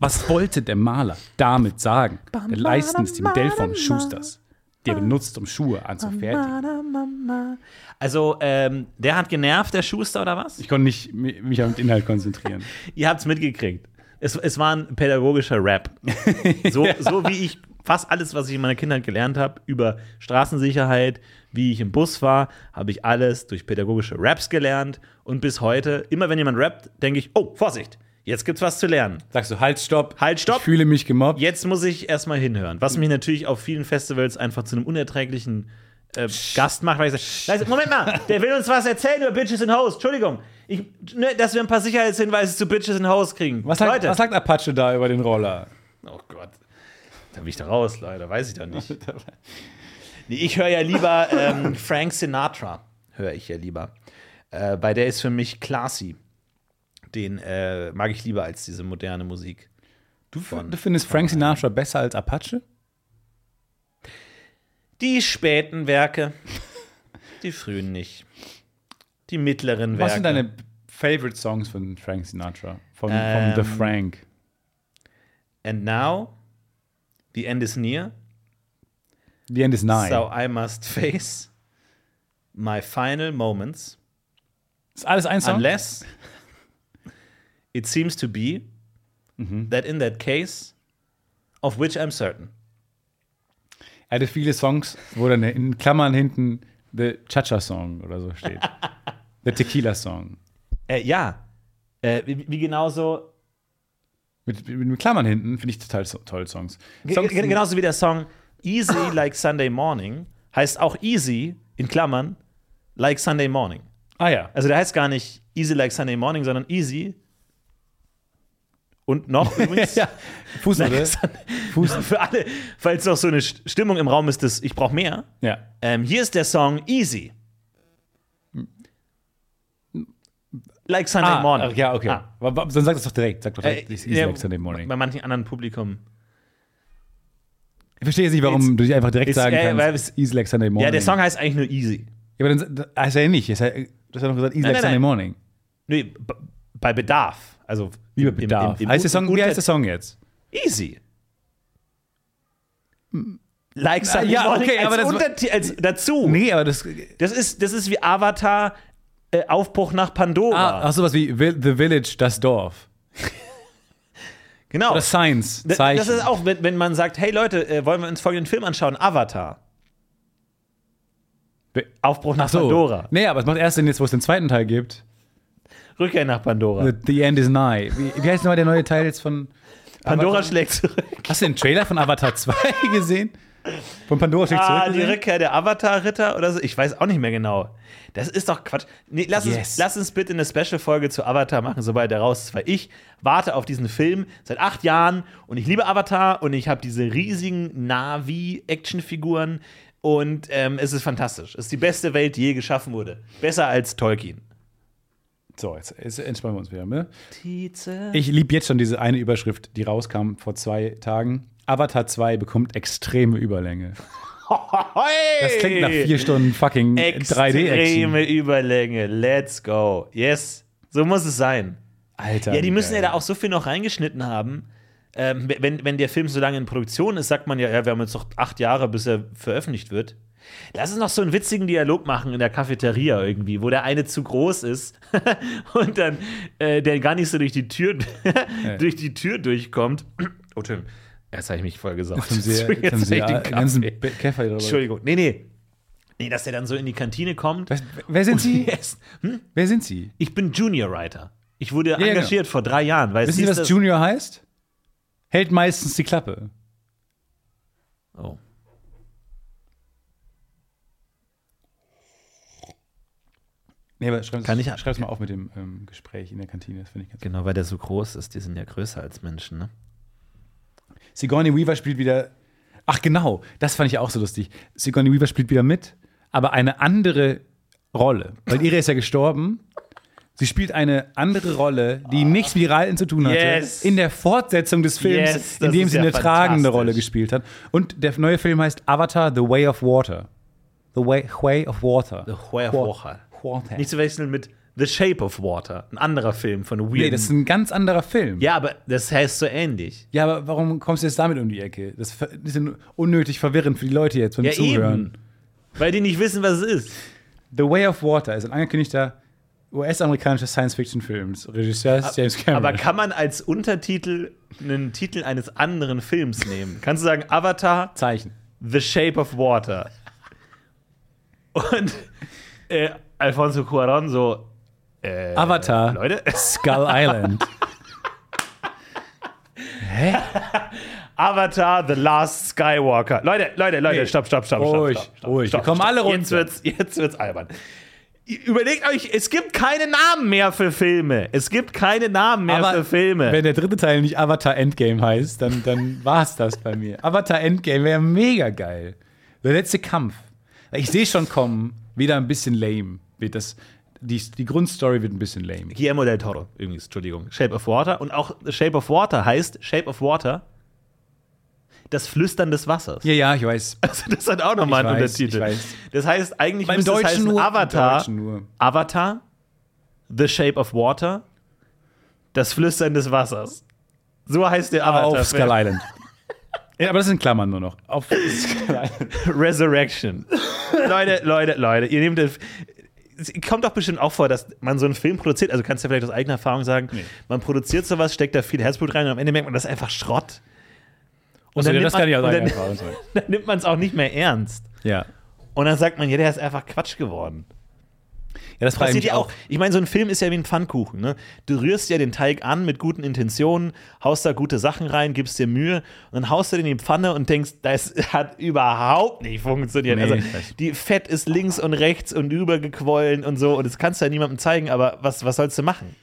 Was wollte der Maler damit sagen? Der Leisten ist die Modellform des Schusters, die er benutzt, um Schuhe anzufertigen. also ähm, der hat genervt der Schuster oder was Ich konnte nicht mi- mich auf den Inhalt konzentrieren. Ihr habt's mitgekriegt. Es, es war ein pädagogischer Rap. [laughs] So, so wie ich fast alles, was ich in meiner Kindheit gelernt habe, über Straßensicherheit, wie ich im Bus war, habe ich alles durch pädagogische Raps gelernt. Und bis heute, immer wenn jemand rappt, denke ich, oh, Vorsicht, jetzt gibt's was zu lernen. Sagst du, halt, stopp. Halt, stopp. Ich fühle mich gemobbt. Jetzt muss ich erstmal hinhören. Was mich natürlich auf vielen Festivals einfach zu einem unerträglichen äh, Gast macht, weil ich sage: Moment mal, der will uns was erzählen über Bitches in Hoes. Entschuldigung. Ich, ne, dass wir ein paar Sicherheitshinweise zu Bitches in Hoes kriegen. Was sagt, Leute. was sagt Apache da über den Roller? Oh Gott. Da bin ich da raus, Leute. Weiß ich doch [laughs] nicht. nee, ich höre ja lieber [laughs] ähm, Frank Sinatra. Höre ich ja lieber. Äh, bei der ist für mich Classy. Den äh, mag ich lieber als diese moderne Musik. Du, f- du findest Frank Sinatra besser als Apache? Die späten Werke, die frühen nicht. Die mittleren Werke. Was sind deine Favorite Songs von Frank Sinatra? Von, Ähm, von The Frank? And now, the end is near, The End is Nigh. so I must face my final moments. Ist alles ein Song? Unless it seems to be Mhm. that in that case, of which I'm certain. Er hatte viele Songs, wo dann in Klammern hinten The Cha-Cha Song oder so [laughs] steht. The Tequila Song. Äh, ja, äh, wie, wie genauso, Mit, mit, mit Klammern hinten finde ich total so, toll Songs. ge- Songs ge- genau. genauso wie der Song Easy Like Sunday Morning heißt auch Easy in Klammern Like Sunday Morning. ah ja. Also der heißt gar nicht Easy Like Sunday Morning, sondern Easy. Und noch übrigens, [laughs] [laughs] [laughs] ja. Fußnote. Fuß, für alle, falls noch so eine St- Stimmung im Raum ist, dass ich brauche mehr. ja. Ähm, hier ist der Song Easy. Like Sunday Ah, Morning. Ja, okay. Ah. Wa- wa- Dann sag das doch direkt. Sag doch Äh, direkt. it's easy ja, like Sunday morning. Bei manchen anderen Publikum. Ich verstehe jetzt nicht, warum It's- du dich einfach direkt it's- sagen ja, kannst. weil it's easy like Sunday morning. Ja, der Song heißt eigentlich nur Easy. Ja, aber dann das heißt er ja nicht. Das heißt, Du hast ja noch gesagt, easy Nein, like nein, Sunday nein. morning. Nee, b- bei Bedarf. Also Lieber im- im- Bedarf. im- im heißt der Un- Song, wie Unter- heißt der Song jetzt? Easy. Like Sunday ja, Morning okay, als, aber das- Unterti- als dazu. Nee, aber das. Das, ist, das ist wie Avatar äh, Aufbruch nach Pandora. Ah, ach, sowas wie Vil- The Village, das Dorf. Genau. Oder Science. Da- Zeichen. Das ist auch, wenn, wenn man sagt, hey Leute, äh, wollen wir uns folgenden Film anschauen? Avatar. Aufbruch nach Pandora. Nee, aber es macht erst Sinn jetzt, wo es den zweiten Teil gibt. Rückkehr nach Pandora. The, the End is Nigh. Wie, wie heißt nochmal der neue Teil jetzt von. Pandora Avatar? schlägt zurück. Hast du den Trailer von Avatar [laughs] 2 gesehen? Von Pandora schlägt Ah, zurück. die gesehen? Rückkehr der Avatar-Ritter oder so. Ich weiß auch nicht mehr genau. Das ist doch Quatsch. Nee, lass, Yes. uns, lass uns bitte eine Special-Folge zu Avatar machen, sobald er raus ist. Weil ich warte auf diesen Film seit acht Jahren und ich liebe Avatar und ich habe diese riesigen Navi-Actionfiguren und ähm, es ist fantastisch. Es ist die beste Welt, die je geschaffen wurde. Besser als Tolkien. So, jetzt, jetzt entspannen wir uns wieder. Ne? Ich liebe jetzt schon diese eine Überschrift, die rauskam vor zwei Tagen. Avatar 2 bekommt extreme Überlänge. Das klingt nach vier Stunden fucking 3D-Action. Extreme Überlänge. Let's go. Yes. So muss es sein. Alter. Ja, die müssen ja geil. da auch so viel noch reingeschnitten haben. Ähm, wenn, wenn der Film so lange in Produktion ist, sagt man ja, ja, wir haben jetzt noch acht Jahre, bis er veröffentlicht wird. Lass uns noch so einen witzigen Dialog machen in der Cafeteria irgendwie, wo der eine zu groß ist [laughs] und dann äh, der gar nicht so durch die Tür, [laughs] durch die Tür durchkommt. Oh, Tim, jetzt habe ich mich voll gesaugt. [laughs] Jetzt haben sie, Entschuldigung, jetzt haben hab sie ich den den ganzen Kaffee. Be- Käfer hier drüber. Entschuldigung, nee, nee. Nee, dass der dann so in die Kantine kommt. Was, wer sind Sie? [laughs] Yes. Hm? Wer sind Sie? Ich bin Junior Writer. Ich wurde genau. engagiert vor drei Jahren. Weil es Wissen Sie, hieß, was dass- Junior heißt? Hält meistens die Klappe. Oh. Nee, aber schreib's, Kann ich- schreib's mal auf mit dem ähm, Gespräch in der Kantine. Das finde ich ganz Genau, weil der so groß ist. Die sind ja größer als Menschen, ne? Sigourney Weaver spielt wieder. Ach genau, das fand ich auch so lustig. Sigourney Weaver spielt wieder mit, aber eine andere Rolle. Weil ihre ist ja gestorben. Sie spielt eine andere Rolle, die nichts mit ihrer alten zu tun hatte, Ah. Yes. in der Fortsetzung des Films, Yes, das in dem ist sie ja eine tragende fantastisch. Rolle gespielt hat. Und der neue Film heißt Avatar: The Way of Water. The Way, way of Water. The Way of Water. Water. Nicht zu wechseln mit The Shape of Water, ein anderer Film von Weird. Nee, das ist ein ganz anderer Film. ja, aber das heißt so ähnlich. Ja, aber warum kommst du jetzt damit um die Ecke? Das ist ver- ein bisschen unnötig verwirrend für die Leute jetzt beim Ja, Zuhören. eben. Weil die nicht wissen, was es ist. [laughs] The Way of Water ist ein angekündigter US-amerikanischer Science-Fiction-Film. des Ah, Regisseurs James Cameron. Aber kann man als Untertitel einen Titel eines anderen Films nehmen? Kannst du sagen Avatar, Zeichen. The Shape of Water? Und äh, Alfonso Cuarón so, äh, Avatar. Leute, Skull Island. Avatar The Last Skywalker. Leute, Leute, Leute, Nee. stopp, stopp, stopp, stopp. Ruhig, stopp, stopp, ruhig. stopp, Wir kommen alle runter. Jetzt wird's, jetzt wird's albern. Überlegt euch, es gibt keine Namen mehr für Filme. Es gibt keine Namen [laughs] mehr für Filme. wenn der dritte Teil nicht Avatar Endgame heißt, dann, dann war es das bei mir. Avatar Endgame wäre mega geil. Der letzte Kampf. Ich sehe schon kommen, wieder ein bisschen lame. Wird das, die, die Grundstory wird ein bisschen lame. Guillermo del Toro, übrigens, Entschuldigung. Shape of Water. Und auch Shape of Water heißt Shape of Water. Das Flüstern des Wassers. Ja, ja, ich weiß. Also [laughs] das hat auch nochmal einen Ich weiß, Untertitel. ich weiß. Das heißt, eigentlich Beim müsste es Deutschen heißen nur, beim Avatar. Deutschen nur. Avatar, The Shape of Water, Das Flüstern des Wassers. So heißt der Auf Skull Avatar. [laughs] Island. Ja, aber das sind Klammern nur noch. Auf Skull Island. Resurrection. Leute, Leute, Leute, ihr nehmt den. Es kommt doch bestimmt auch vor, dass man so einen Film produziert, also kannst du ja vielleicht aus eigener Erfahrung sagen, man produziert sowas, steckt da viel Herzblut rein und am Ende merkt man, das ist einfach Schrott. Und Achso, ja, das kann ich auch man- sagen. und dann, einfach. [laughs] dann nimmt man es auch nicht mehr ernst. Ja. Und dann sagt man, ja, der ist einfach Quatsch geworden. Ja, das frage ich passiert mich ja auch. Ich meine, so ein Film ist ja wie ein Pfannkuchen. Ne? Du rührst ja den Teig an mit guten Intentionen, haust da gute Sachen rein, gibst dir Mühe und dann haust du den in die Pfanne und denkst, das [laughs] hat überhaupt nicht funktioniert. Nee, also ich weiß. die Fett ist links und rechts und übergequollen und so und das kannst du ja niemandem zeigen, aber was, was sollst du machen?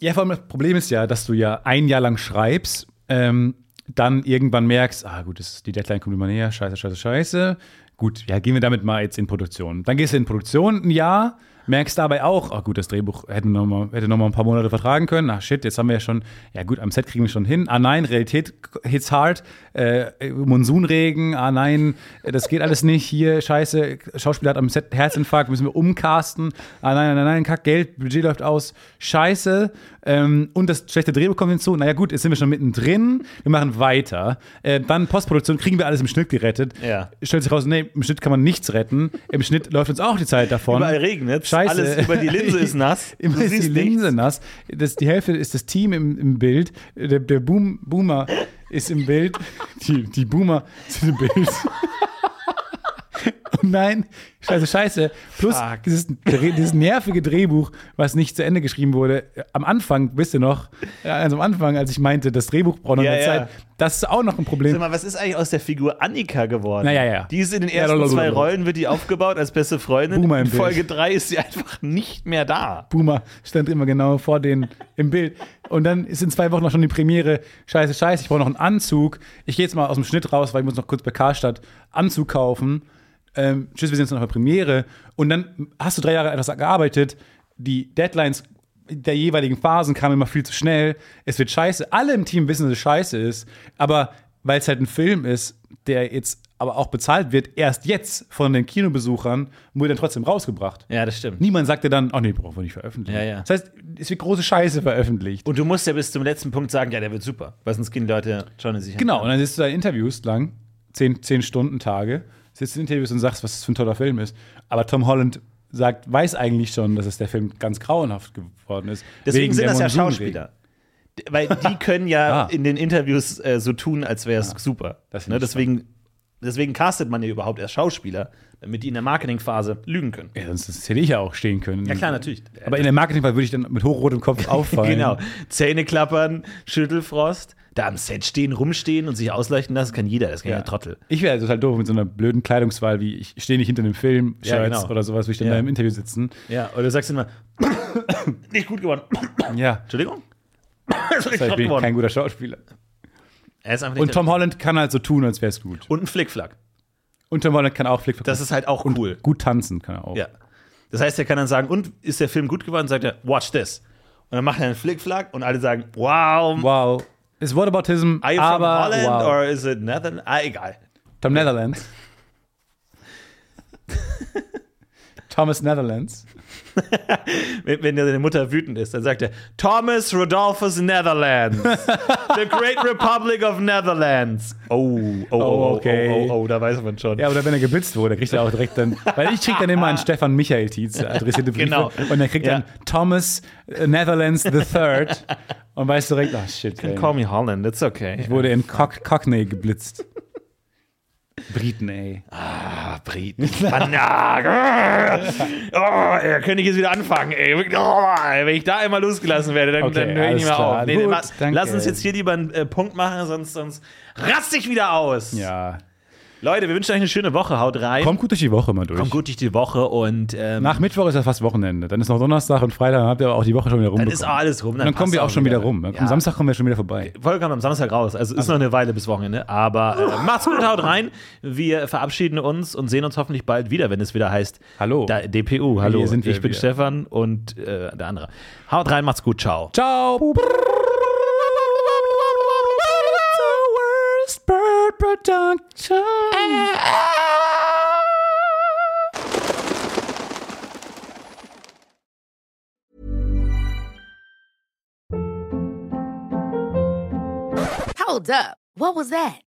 Ja, vor allem das Problem ist ja, dass du ja ein Jahr lang schreibst, ähm, dann irgendwann merkst, ah gut, das, die Deadline kommt immer näher, scheiße, scheiße, scheiße. Gut, ja, gehen wir damit mal jetzt in Produktion. Dann gehst du in Produktion ein Jahr, merkst dabei auch, ah gut, das Drehbuch hätte noch mal, hätte noch mal ein paar Monate vertragen können. Ach shit, jetzt haben wir ja schon, ja gut, am Set kriegen wir schon hin. Ah nein, Realität hits hard, äh, Monsunregen, ah nein, das geht alles nicht hier, scheiße, Schauspieler hat am Set Herzinfarkt, müssen wir umcasten. Ah nein, nein, nein, kack, Geld, Budget läuft aus, scheiße. Ähm, und das schlechte Drehbuch kommt hinzu. Naja, gut, jetzt sind wir schon mittendrin, wir machen weiter. Äh, dann Postproduktion, kriegen wir alles im Schnitt gerettet. Ja. Stellt sich raus, nee, im Schnitt kann man nichts retten. Im Schnitt läuft uns auch die Zeit davon. Überall regnet Scheiße. alles über die Linse [laughs] ist nass. Immer du ist die siehst Linse nichts. nass. Das, die Hälfte ist das Team im, im Bild. Der, der Boom, Boomer ist im Bild. Die, die Boomer sind im Bild. [laughs] Oh nein, scheiße, scheiße. Plus Fuck. dieses, Dreh- dieses nervige Drehbuch, was nicht zu Ende geschrieben wurde. Am Anfang, wisst ihr noch, also am Anfang, als ich meinte, das Drehbuch braucht noch Ja, mehr ja. Zeit, das ist auch noch ein Problem. Sag mal, was ist eigentlich aus der Figur Annika geworden? Na ja, ja. Die ist in den Ja, ersten lalalala. zwei Rollen, wird die aufgebaut als beste Freundin. Boomer im in Bild. Folge 3 ist sie [laughs] einfach nicht mehr da. Boomer stand immer genau vor denen im Bild. Und dann ist in zwei Wochen noch schon die Premiere. Scheiße, scheiße, ich brauche noch einen Anzug. Ich gehe jetzt mal aus dem Schnitt raus, weil ich muss noch kurz bei Karstadt Anzug kaufen. Ähm, tschüss, wir sehen uns noch bei Premiere. Und dann hast du drei Jahre etwas gearbeitet. Die Deadlines der jeweiligen Phasen kamen immer viel zu schnell. Es wird scheiße. Alle im Team wissen, dass es scheiße ist. Aber weil es halt ein Film ist, der jetzt aber auch bezahlt wird, erst jetzt von den Kinobesuchern, wurde dann trotzdem rausgebracht. Ja, das stimmt. Niemand sagt dir dann, ach nee, brauchen wir nicht veröffentlichen. Ja, ja. Das heißt, es wird große Scheiße veröffentlicht. Und du musst ja bis zum letzten Punkt sagen, ja, der wird super. Weil sonst gehen die Leute schon in sich. Genau, und dann sitzt du da in Interviews lang, zehn, zehn Stunden Tage, sitzt in Interviews und sagst, was das für ein toller Film ist. Aber Tom Holland sagt, weiß eigentlich schon, dass es der Film ganz grauenhaft geworden ist. Deswegen wegen sind der das ja Monsunregen. Schauspieler. D- Weil [laughs] die können ja Ah. in den Interviews äh, so tun, als wäre es super. das find ne? ich deswegen, deswegen castet man ja überhaupt erst Schauspieler, damit die in der Marketingphase lügen können. Ja, sonst hätte ich ja auch stehen können. Ja, klar, natürlich. Aber in der Marketingphase würde ich dann mit hochrotem Kopf auffallen. [laughs] Genau. Zähne klappern, Schüttelfrost, da am Set stehen, rumstehen und sich ausleuchten lassen, kann jeder. Das kann ja Ja. jeder Trottel. Ich wäre total doof mit so einer blöden Kleidungswahl wie ich stehe nicht hinter dem Film, Shirts Ja, genau. oder sowas, würde ich dann Ja. da im Interview sitzen. Ja, oder du sagst immer, [coughs] nicht gut geworden. Ja, Entschuldigung? [coughs] Ist nicht das gut heißt, ich bin kein geworden. guter Schauspieler. Er ist einfach nicht Und der- Tom Holland kann halt so tun, als wäre es gut. und ein Flickflack. Und Tom Holland kann auch Flickflack. Das ist halt auch cool. gut tanzen, kann er auch. Ja. Das heißt, er kann dann sagen, und ist der Film gut geworden? Sagt er, watch this. Und dann macht er einen Flickflack und alle sagen, wow, Wow. Ist Whataboutism, are you aber from Holland wow. or is it Netherlands? Ah, egal. [laughs] Tom Netherlands. Thomas Netherlands. Wenn, wenn deine Mutter wütend ist, dann sagt er, Thomas Rodolphus [laughs] Netherlands. The Great Republic of Netherlands. Oh, oh, oh, oh, okay. oh, oh, oh, da weiß man schon. Ja, oder wenn er geblitzt wurde, kriegt er auch [laughs] direkt dann. Weil ich krieg dann immer an Stefan Michael Tietze adressierte Briefe. Genau. Und er kriegt Ja. dann Thomas äh, Netherlands [laughs] the Third. und weiß direkt, ach shit, ey. Call me Holland, it's okay. Ich wurde in Cock Cockney geblitzt. Briten, ey. Ah, Briten. Banana. Oh, da könnte ich jetzt wieder anfangen, ey. Wirklich, Oh, wenn ich da einmal losgelassen werde, dann, Okay, dann höre ich nicht alles mehr klar. auf. Nee, nee, Gut, lass, danke. lass uns jetzt hier lieber einen äh, Punkt machen, sonst, sonst raste ich wieder aus. Ja. Leute, wir wünschen euch eine schöne Woche. Haut rein. Kommt gut durch die Woche mal durch. Kommt gut durch die Woche und ähm, Nach Mittwoch ist ja fast Wochenende. Dann ist noch Donnerstag und Freitag, dann habt ihr aber auch die Woche schon wieder rum. dann ist auch alles rum. dann, passt kommen wir auch schon wieder rum. Am Ja. Samstag kommen wir schon wieder vorbei. Folge kommt am Samstag raus, also Ah. ist noch eine Weile bis Wochenende. Aber äh, macht's gut, haut rein. Wir verabschieden uns und sehen uns hoffentlich bald wieder, wenn es wieder heißt. Hallo. Da, DPU, hallo. Hier sind wir ich bin wieder. Stefan und äh, der andere. Haut rein, macht's gut, ciao. Ciao. Worst Bird Production. Hold up. What was that?